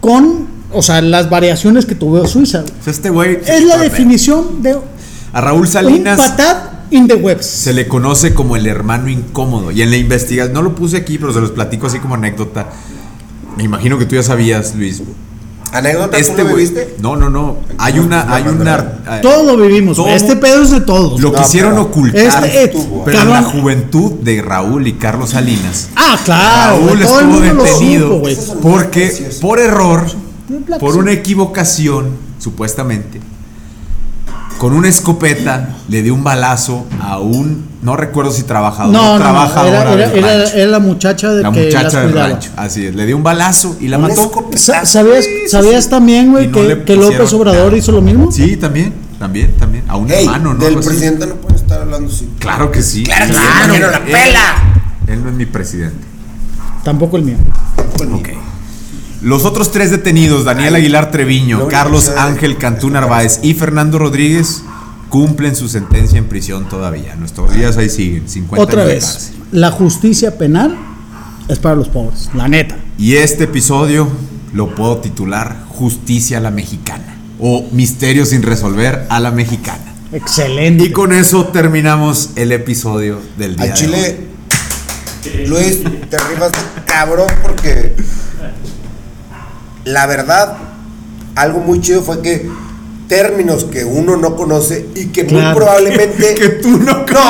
con, o sea, las variaciones que tuvo Suiza. güey. O sea, este güey. Es la definición de A Raúl un Salinas patat in the webs. se le conoce como el hermano incómodo. Y en la investigación, no lo puse aquí, pero se los platico así como anécdota. Me imagino que tú ya sabías, Luis. ¿Anécdota Este tú lo güey. viviste? No, no, no. Hay una. Hay una eh, Todos lo vivimos. todo güey. Este pedo es de todos. Lo güey. No, quisieron pero- ocultar. Este, eh, pero cabrón. la juventud de Raúl y Carlos Salinas. Ah, claro. Raúl güey, todo el estuvo mundo lo supo, detenido güey. Eso es un porque gracioso. por error, Tiene por una equivocación, supuestamente, con una escopeta le dio un balazo a un, no recuerdo si trabajador No, no, o no, trabajadora era, era- del era- rancho. era la muchacha de la que las muchacha del cuidaba. rancho, así es, le dio un balazo y la Una mató. escopeta. Sa- ¿Sabías, Sí, sí, sabías sí. también, Y güey, no que, le que López pusieron Obrador nada. hizo lo mismo? Sí, también, también, también, a un Ey, hermano, ¿no? del Algo así. presidente no puede estar hablando así. Claro que sí. Claro que sí, Él- pero la él- pela. Él no es mi presidente. Tampoco el mío. Ok. Los otros tres detenidos, Daniel Aguilar Lo Treviño, único Carlos que sabe Ángel Cantú Narváez y Fernando Rodríguez, cumplen su sentencia en prisión todavía. Nuestros días ahí siguen, 50 Otra años de vez, cárcel. la justicia penal es para los pobres, la neta. Y este episodio lo puedo titular Justicia a la Mexicana o Misterio sin resolver a la Mexicana. Excelente. Y con eso terminamos el episodio del día. Al de hoy. Chile, Luis, te rifaste cabrón porque la verdad, algo muy chido fue que términos que uno no conoce y que muy Claro. probablemente... Que tú no No, no, no,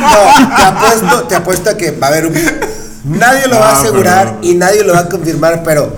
no, te apuesto, te apuesto a que va a haber un... Nadie lo va a No, asegurar Ah, pero- y nadie lo va a confirmar, pero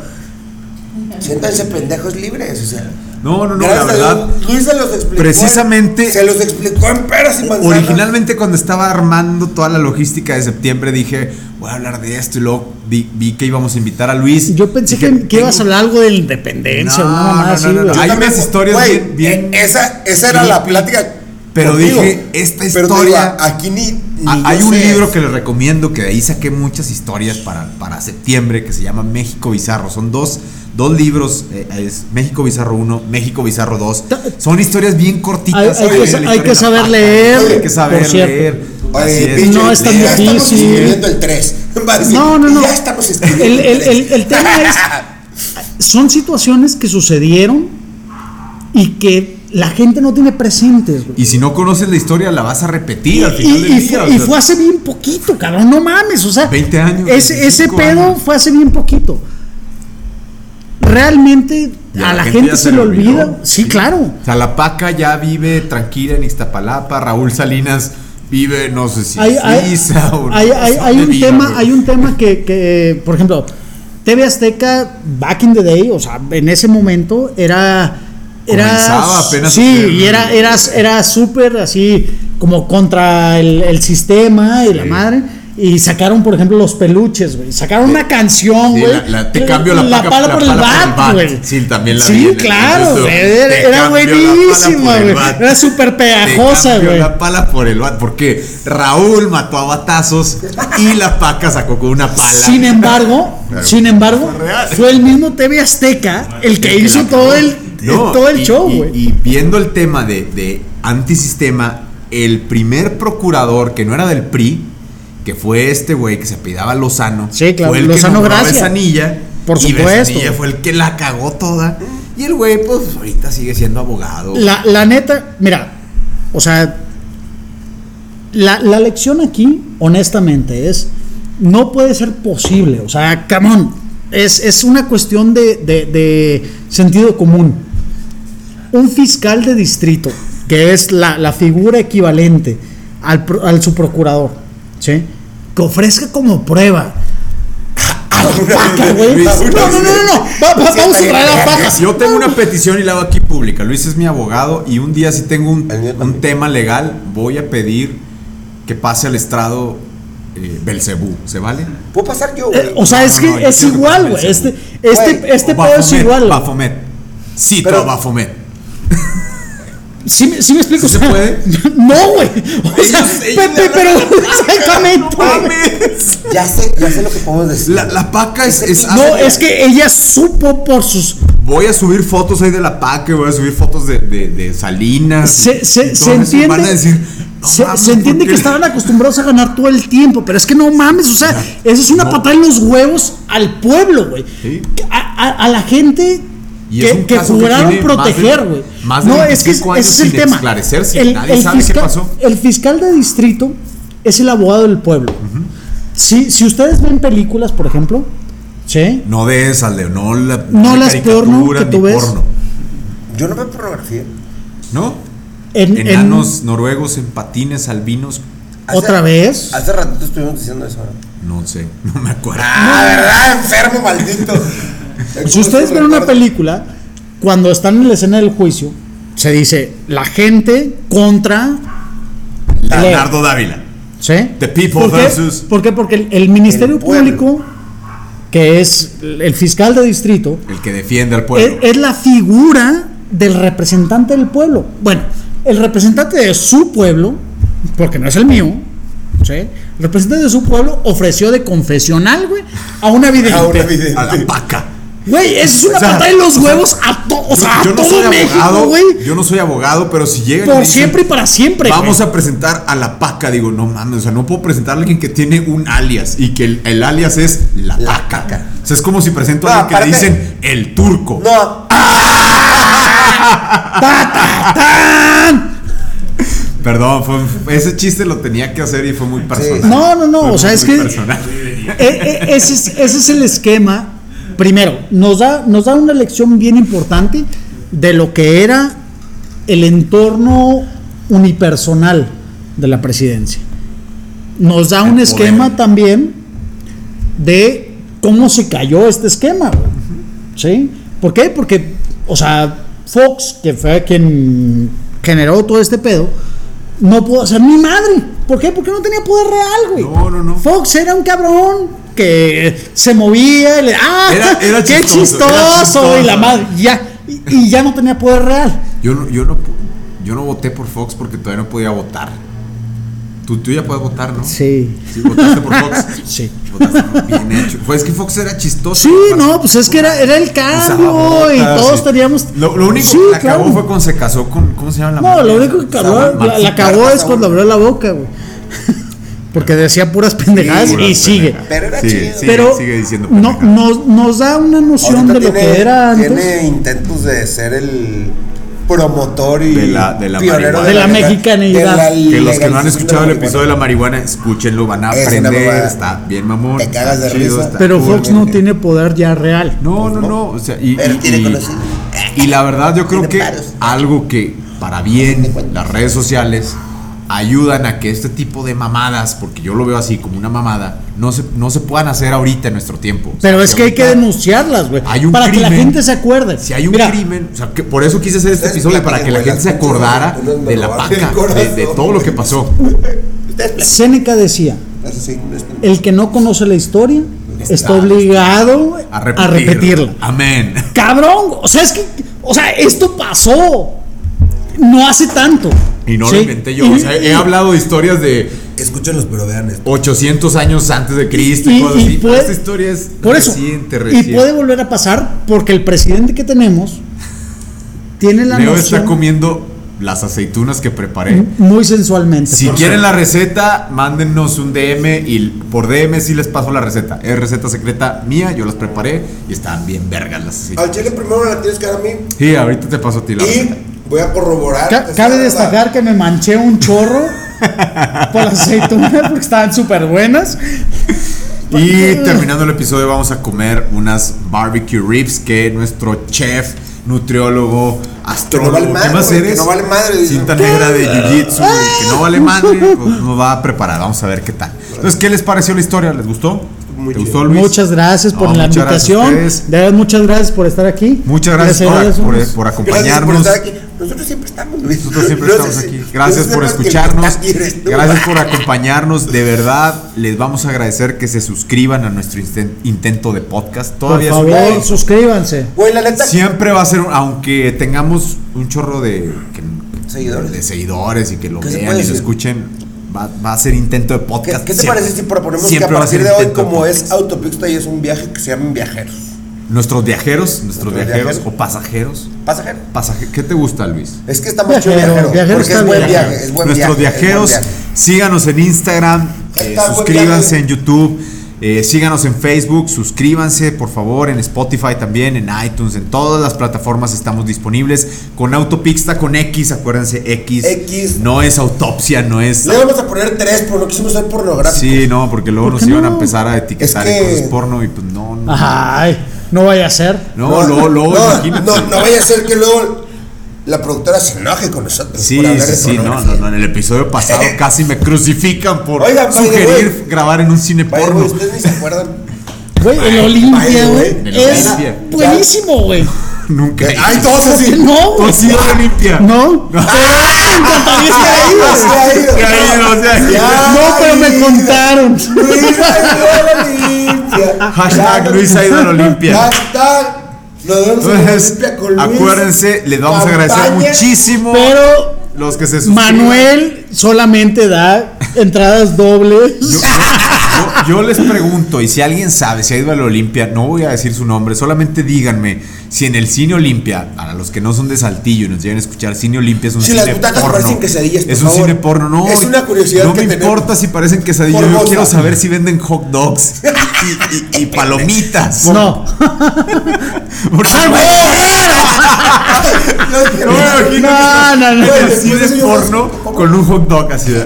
siéntanse pendejos libres, o sea... No, no, no, la gracias a verdad. Dios, Luis se los explicó. en- precisamente- se los explicó en peras y manzanas. Originalmente cuando estaba armando toda la logística de septiembre dije, voy a hablar de esto y luego vi, vi que íbamos a invitar a Luis. Yo pensé Dije, que, que ibas a "Tengo- hablar algo de la independencia, No, una mamada no, no, así, no, no. güey. Hay También, unas historias güey, bien- bien- eh, Esa, esa era la plática. Pero dije, esta Pero te digo, historia- aquí ni. ni Ah, yo hay un sé. libro que les recomiendo que de ahí saqué muchas historias para, para septiembre que se llama México Bizarro. Son dos, Dos libros, eh, es México Bizarro 1, México Bizarro 2. Son historias bien Hay, cortitas. hay oye, que, la hay historia que de la saber vaca, leer. Hay que saber por cierto. leer. Así Oye, es. pinche, No es tan ya Estamos difícil. escribiendo el 3. No, no, no. Ya estamos escribiendo El, el- tres. el- el tema es, son situaciones que sucedieron y que la gente no tiene presentes. güey. Y si no conoces la historia, la vas a repetir al Y, final del y día. fue, o y sea, fue hace bien poquito, cabrón, no mames, o sea, 20 años, ese, ese 25 pedo años. fue hace bien poquito. Realmente y a la, ya gente, se, le le olvida, olvidó. sí, claro. O sea, la paca ya vive tranquila en Iztapalapa. Raúl Salinas vive, no sé si hay, en hay- Suiza o no hay- sé hay- hay dónde un viva, tema, güey. hay un tema que, que, por ejemplo, TV Azteca, back in the day, o sea, en ese momento era. Era, Comenzaba apenas a sí, ser- y era, era, era súper así como contra el, el sistema y la Sí. madre. Y sacaron, por ejemplo, los peluches, güey. Sacaron una canción, Sí, güey. la- la- te cambio la paca- pala la por el pala por el bat, bat. güey. Sí, también la Sí, vi en el- en claro, el- güey. te Era, era cambio la pala por buenísima, el güey. bat. Era súper Te pegajosa, cambió güey. la pala por el bat, porque Raúl mató a batazos y la paca sacó con una pala. Sin embargo, Claro. sin embargo, Fue real. fue el mismo TV Azteca el que El que hizo la todo cagó. el, No, todo el y- show, y- güey. Y, viendo el tema de, de antisistema, el primer procurador que no era del PRI, que fue este güey que se apellidaba Lozano, Sí, claro, fue el Lozano que nombró a Gracia. Besanilla, Por y supuesto. Besanilla fue el que la cagó toda. Y el güey, pues ahorita sigue siendo abogado. La, la neta, mira, o sea, la, la lección aquí, honestamente, es, no puede ser posible, o sea, camón, es, es una cuestión de, de- de sentido común. Un fiscal de distrito, que es la, la figura equivalente al, pro- al su procurador, ¿sí? que ofrezca como prueba a la paca, güey. No, no, no, no, no. Va- va- vamos a traer a la paca. Yo tengo una petición y la hago aquí pública. Luis es mi abogado y un día si tengo un, El mío también. un tema legal, voy a pedir que pase al estrado eh, Belcebú. ¿Se vale? ¿Puedo pasar yo, Eh, güey? o sea, No, es no, que Ah, no, yo es quiero que igual, cambie güey. el Este, segundo. este, Güey, este O pedo es Bafomet, igual. güey. Bafomet. Cito Pero- a Bafomet. Sí, me- sí me explico. ¿Sí o se sea, puede? No, güey. O sea, Ellos- ellos Pepe, la- pero exactamente. No mames. Ya sé, ya sé lo que podemos decir. La, la paca es, es- No, es que ella supo por sus. Voy a subir fotos ahí de la paca, voy a subir fotos de, de- de Salinas. Se, se, Entonces, se entiende. Van a decir, "No se, mames, se entiende ¿por que qué?" estaban acostumbrados a ganar todo el tiempo, pero es que no mames, o sea, eso es una no. patada en los huevos al pueblo, güey. Sí. Que A, a- a la gente Y es que, un que caso que juraron tiene más de- proteger, güey. más de 25 años sin esclarecerse, nadie sabe qué fiscal- pasó. el fiscal de distrito es el abogado del pueblo. si, si ustedes ven películas, por ejemplo, ¿sí? No de esas, Leo, no, la, No de las porno caricaturas que ni tú ves. porno, Yo no veo pornografía. ¿No? En, en- Enanos noruegos en patines albinos, Hace- ¿Otra vez? Hace ratito estuvimos diciendo eso. ¿no? no sé, no me acuerdo. Ah, ¿verdad? Enfermo, maldito. Si Pues ustedes ven una película, cuando están en la escena del juicio, se dice la gente contra, Leonardo Dávila. ¿sí? The people ¿Por qué? versus- ¿Por qué? Porque el, el Ministerio El pueblo. Público, que es el el fiscal de distrito, El que defiende al es, pueblo. es la figura del representante del pueblo. Bueno, el representante de su pueblo, porque no es el mío, ¿sí? El representante de su pueblo ofreció de confesional, güey, a una vidente. A una eh, vidente. a la paca. Güey, eso es una O sea, patada en los huevos a, to- o sea, a yo no soy todo México, abogado, güey. yo no soy abogado, pero si llega y me Por dicen, siempre y para siempre. Vamos a presentar a la paca. Digo, no mames, o sea, no puedo presentar a alguien que tiene un alias y que el, el alias es la, La paca. Paca. O sea, es como si presento No, a alguien que le aparte- dicen el turco. No, Perdón, fue- fue- ese chiste lo tenía que hacer y fue muy personal. No, no, no, Fue o sea, muy es que- personal. E- e- ese, es, ese es el esquema. Primero, nos da, nos da una lección bien importante de lo que era el entorno unipersonal de la presidencia. Nos da El un poder. esquema también de cómo se cayó este esquema. güey. ¿Sí? ¿Por qué? Porque, o sea, Fox, que fue quien generó todo este pedo, no pudo hacer ni madre. ¿Por qué? Porque no tenía poder real, güey. No, no, no. Fox era un cabrón que se movía y le, ¡ah! Era- era ¡Qué chistoso, chistoso! era Y la chistoso. madre, ya. Y, y ya no tenía poder real. Yo no, yo no, pu- yo no voté por Fox porque todavía no podía votar. Tú, tú ya puedes votar, ¿no? Sí. Sí, votaste por Fox. Sí. Votaste por- bien hecho. Pues es que Fox era chistoso. Sí, Aparte, no, pues es que era, era el usaba cambio y botas, todos sí. teníamos. Lo, lo único Sí, que la claro. acabó fue cuando se casó con. ¿Cómo se llama la No, madre? lo único que Esa acabó, Mar- la, la acabó Martita es cuando abrió la boca, güey. Porque decía puras pendejadas Puras y sigue. pendejadas. Pero era Sigue, chido. sigue, Pero sigue diciendo no, pendejadas. nos, nos da una noción Ahorita de lo tiene- que era antes. Tiene intentos de ser el promotor y De la- de la pionero marihuana. De la mexicanidad. Que los que no han legalización escuchado de el la episodio de la marihuana, escúchenlo, van a Es una aprender. mamada. Está bien, mamón. Te cagas está de risa. está Pero cool. Fox no Obviamente. tiene poder ya real. No, no, no. no. O sea, y, Pero y- tiene y- conocido. y la verdad, yo creo Tiene que varios. algo que para bien las redes sociales ayudan a que este tipo de mamadas, porque yo lo veo así como una mamada, no se, no se puedan hacer ahorita en nuestro tiempo. O sea, Pero es que hay que ahorita- denunciarlas, güey. Hay un Para que la crimen. gente se acuerde. Si hay un Mira, crimen, o sea, que por eso quise hacer este Ustedes episodio, para que la gente platiquen, se güey, las acordara pinches vacunas me de la robaron el paca, de, de corazón, todo lo güey. que pasó. Seneca decía, Eso sí, no es- el que no conoce la historia está, obligado A a, repetirlo. repetirla. Amén. Cabrón, o sea, es que, o sea, esto pasó no hace tanto. Y no ¿sí? lo inventé yo. O sea, he hablado de historias de Escúchenlos, pero vean esto. 800 años antes de Cristo y, Y- cosas y así. Pero puede- Esta historia es Por eso. reciente, Y reciente. puede volver a pasar porque el presidente que tenemos tiene la Leo está noción comiendo las aceitunas que preparé. muy sensualmente. Si por quieren la receta, mándenos un DM y por DM sí les paso la receta. Es receta secreta mía, yo las preparé y estaban bien vergas las aceitunas. Al chile primero me la tienes que dar a mí. Sí, ahorita te paso a ti la receta. Ah, Y voy a corroborar. Ah, Ca- que sea Cabe verdad. destacar que me manché un chorro por las aceitunas porque estaban súper buenas. Pues, Y terminando el episodio vamos a comer unas barbecue ribs que nuestro chef, nutriólogo, astrólogo, vale madre, ¿qué más güey, que eres? no vale madre, dice. Ah. Cinta negra de jiu-jitsu, güey, que no vale madre, pues, nos va a preparar, vamos a ver qué tal. Entonces, ¿qué les pareció la historia? ¿Les gustó? Muy ¿Te chido. gustó, Luis? Muchas gracias por No, la muchas gracias a invitación. ustedes. De verdad, muchas gracias por estar aquí. Muchas gracias Les por, agradezco. por, por Gracias por acompañarnos. estar aquí. Nosotros siempre estamos, Luis. Nosotros siempre No sé estamos si- aquí. no Gracias sé por más que escucharnos. nadie eres tú. Gracias por acompañarnos. De verdad, les vamos a agradecer que se suscriban a nuestro insten- intento de podcast. Por Todavía es un favor, intento. suscríbanse. Güey, la neta. Siempre va a ser, un- aunque tengamos un chorro de, que- Seguidores. de seguidores y que lo ¿Qué se vean puede y lo decir? escuchen, va, va a ser intento de ¿Qué, podcast. qué te siempre. parece si proponemos Siempre que a va ser partir de hoy, intento pues. como podcast. es autopista y es un viaje que se llaman viajeros? Nuestros viajeros, nuestros Nuestros viajeros viajeros. o pasajeros. Pasajeros. Pasaje, ¿Qué te gusta, Luis? Es que está más chido Viajero, viajero. viajero Porque está es buen bien. viaje. Es buen Nuestros viaje, es viajeros, buen viaje. síganos en Instagram, eh, Hashtag buen suscríbanse viaje. en YouTube, eh, síganos en Facebook, suscríbanse por favor en Spotify también, en iTunes, en todas las plataformas estamos disponibles. Con Autopixta, con X, acuérdense, X. X. No es autopsia, no es... Le vamos a poner tres, pero no quisimos ser pornográficos. Sí, no, porque luego ¿Por nos qué iban a no? empezar a etiquetar Es en que- cosas porno y pues no, no. Ay, no vaya a ser. No, luego, luego, no, imagínate. no, no vaya a ser que luego la productora se enoje con nosotros Sí, por hablar sí, de sí, no, no, pornografía. no, en el episodio pasado casi me crucifican por Oigan, by the sugerir grabar en un cine Vaya, porno. güey, ustedes ni se acuerdan. Güey, el Olimpia, vaya, güey. güey, el Es Olimpia. buenísimo, güey. Nunca. Que- eh, Ay, todos así. ¿Qué no? ¿Tú güey? has ido a Olimpia? No. Ah, También está ahí, sí güey. ha Sí ha ido, ido. sí ha ido. Ya, No, pero me Luis. contaron. Luis ha ido a la Olimpia. Hashtag Ya, Luis ha ido a la Olimpia. Hashtag nos vemos en la Entonces, Olimpia con Luis. acuérdense, les vamos a agradecer Campaña. muchísimo Pero los que se suscriban. Manuel solamente da entradas Yo, dobles. yo- yo- yo les pregunto, y si alguien sabe si ha ido a la Olimpia, no voy a decir su nombre, solamente díganme si en el Cine Olimpia, para los que no son de Saltillo y nos llegan a escuchar, Cine Olimpia es un Si las cine butacas porno. parecen quesadillas, por es un favor. cine porno, no. Es una curiosidad No que me tenemos. importa si parecen quesadillas, yo Formosa. quiero saber si venden hot dogs y, y- y palomitas. No. Porque- No No, me imagino No, no, no. en el Después de cine eso yo- porno con un hot dog así de.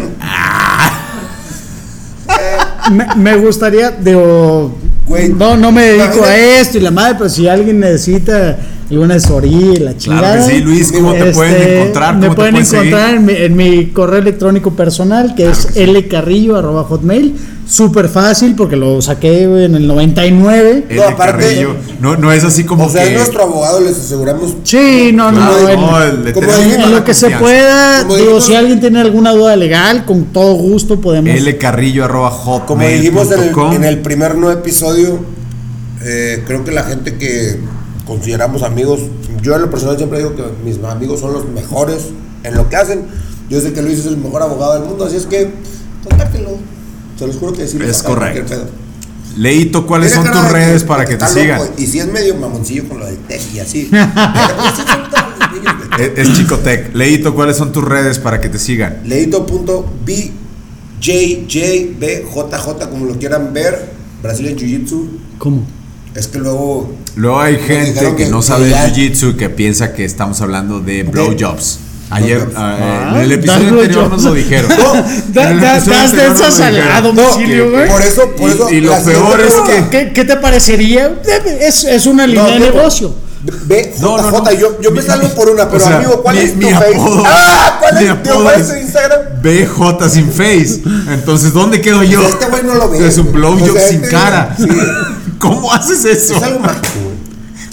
Me, me gustaría, digo. Güey, no, no me dedico a imagínate. esto y la madre, pero si alguien necesita alguna asesoría, y la chingada. Claro este, que sí, Luis, ¿cómo te pueden encontrar? Me ¿Cómo te pueden pueden seguir? encontrar en mi, en mi correo electrónico personal, que es lcarrillo arroba hotmail. Súper fácil porque lo saqué güey, en el 99. El No, aparte- carrillo. No, no es así como O sea, que. es nuestro abogado, les aseguramos. Sí, no, no, Claro, no, el- no, el de como tener dije, toda en la lo que se confianza. pueda, Como digo, dijimos- si alguien tiene alguna duda legal, con todo gusto podemos. lcarrillo arroba hotmail Como dijimos en punto com. el, en el primer no episodio, eh, creo que la gente que consideramos amigos, yo en lo personal siempre digo que mis amigos son los mejores en lo que hacen. Yo sé que Luis es el mejor abogado del mundo, así es que Contáctenlo. Se los juro que decirles Es acá cualquier correcto. pedo. Leito, ¿cuáles Tiene son cara tus de redes para de que te está sigan? loco, Y si es medio mamoncillo con lo del tech y así. Pero así son todos los niños, güey. Es, es Chicotec. Leito, ¿cuáles son tus redes para que te sigan? Leito.bjjbjj, como lo quieran ver, Brasil en Jiu-Jitsu. ¿Cómo? Es que luego Luego hay gente dijeron que que- no que sabe de ya- jiu-jitsu y que piensa que estamos hablando de blowjobs. Ayer, Blowjobs. ah, Ah, en el episodio das anterior blowjobs. nos lo dijeron. Da- En el da- episodio das anterior de nos lo esas al- dijeron. a domicilio, Que- güey. Por eso, por Y- eso. y lo la siguiente peor es pregunta- que- ¿Qué, qué te parecería? Es, es una línea No, de no, negocio. BJJ, No, no, no. yo, yo me Mi- salgo por una, o pero sea, amigo, ¿cuál mi- es tu mi Facebook? apodo- ¡Ah! ¿Cuál mi es, tío, apodo ¿cuál es- es tu Instagram? BJ sin face. Entonces, ¿dónde quedo yo? Pues este güey no lo ve, Es un güey. blowjob O sea, sin este- cara. sí. ¿Cómo haces eso? Es algo mágico, güey.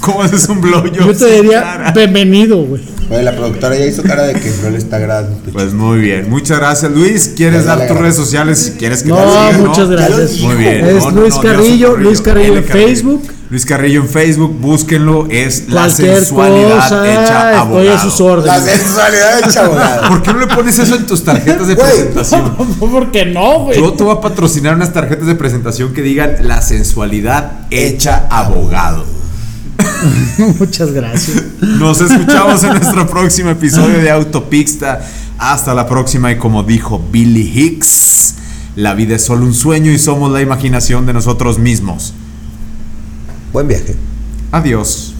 ¿Cómo haces un blowjob Yo te sin diría, cara? bienvenido, güey. Oye, la productora ya hizo cara de que no le está agradando. Pues muy bien. Muchas gracias, Luis. ¿Quieres Dale, dar dale, tus dale. redes sociales? Si quieres que No, te sigan, Ah, muchas gracias. Muy bien. Es No, no, Luis no, Dios Carrillo, Luis Carrillo en Facebook. Luis Carrillo en Facebook, búsquenlo. Es la Cualquier sensualidad hecha cosa, estoy abogado. a sus La órdenes. sensualidad de chavalada. ¿Por qué no le pones eso en tus tarjetas de Güey. presentación? ¿Por qué no, güey? Yo te voy a patrocinar unas tarjetas de presentación que digan la sensualidad hecha abogado. Muchas gracias. Nos escuchamos en nuestro próximo episodio de Autopista. Hasta la próxima y como dijo Billy Hicks, la vida es solo un sueño y somos la imaginación de nosotros mismos. Buen viaje. Adiós.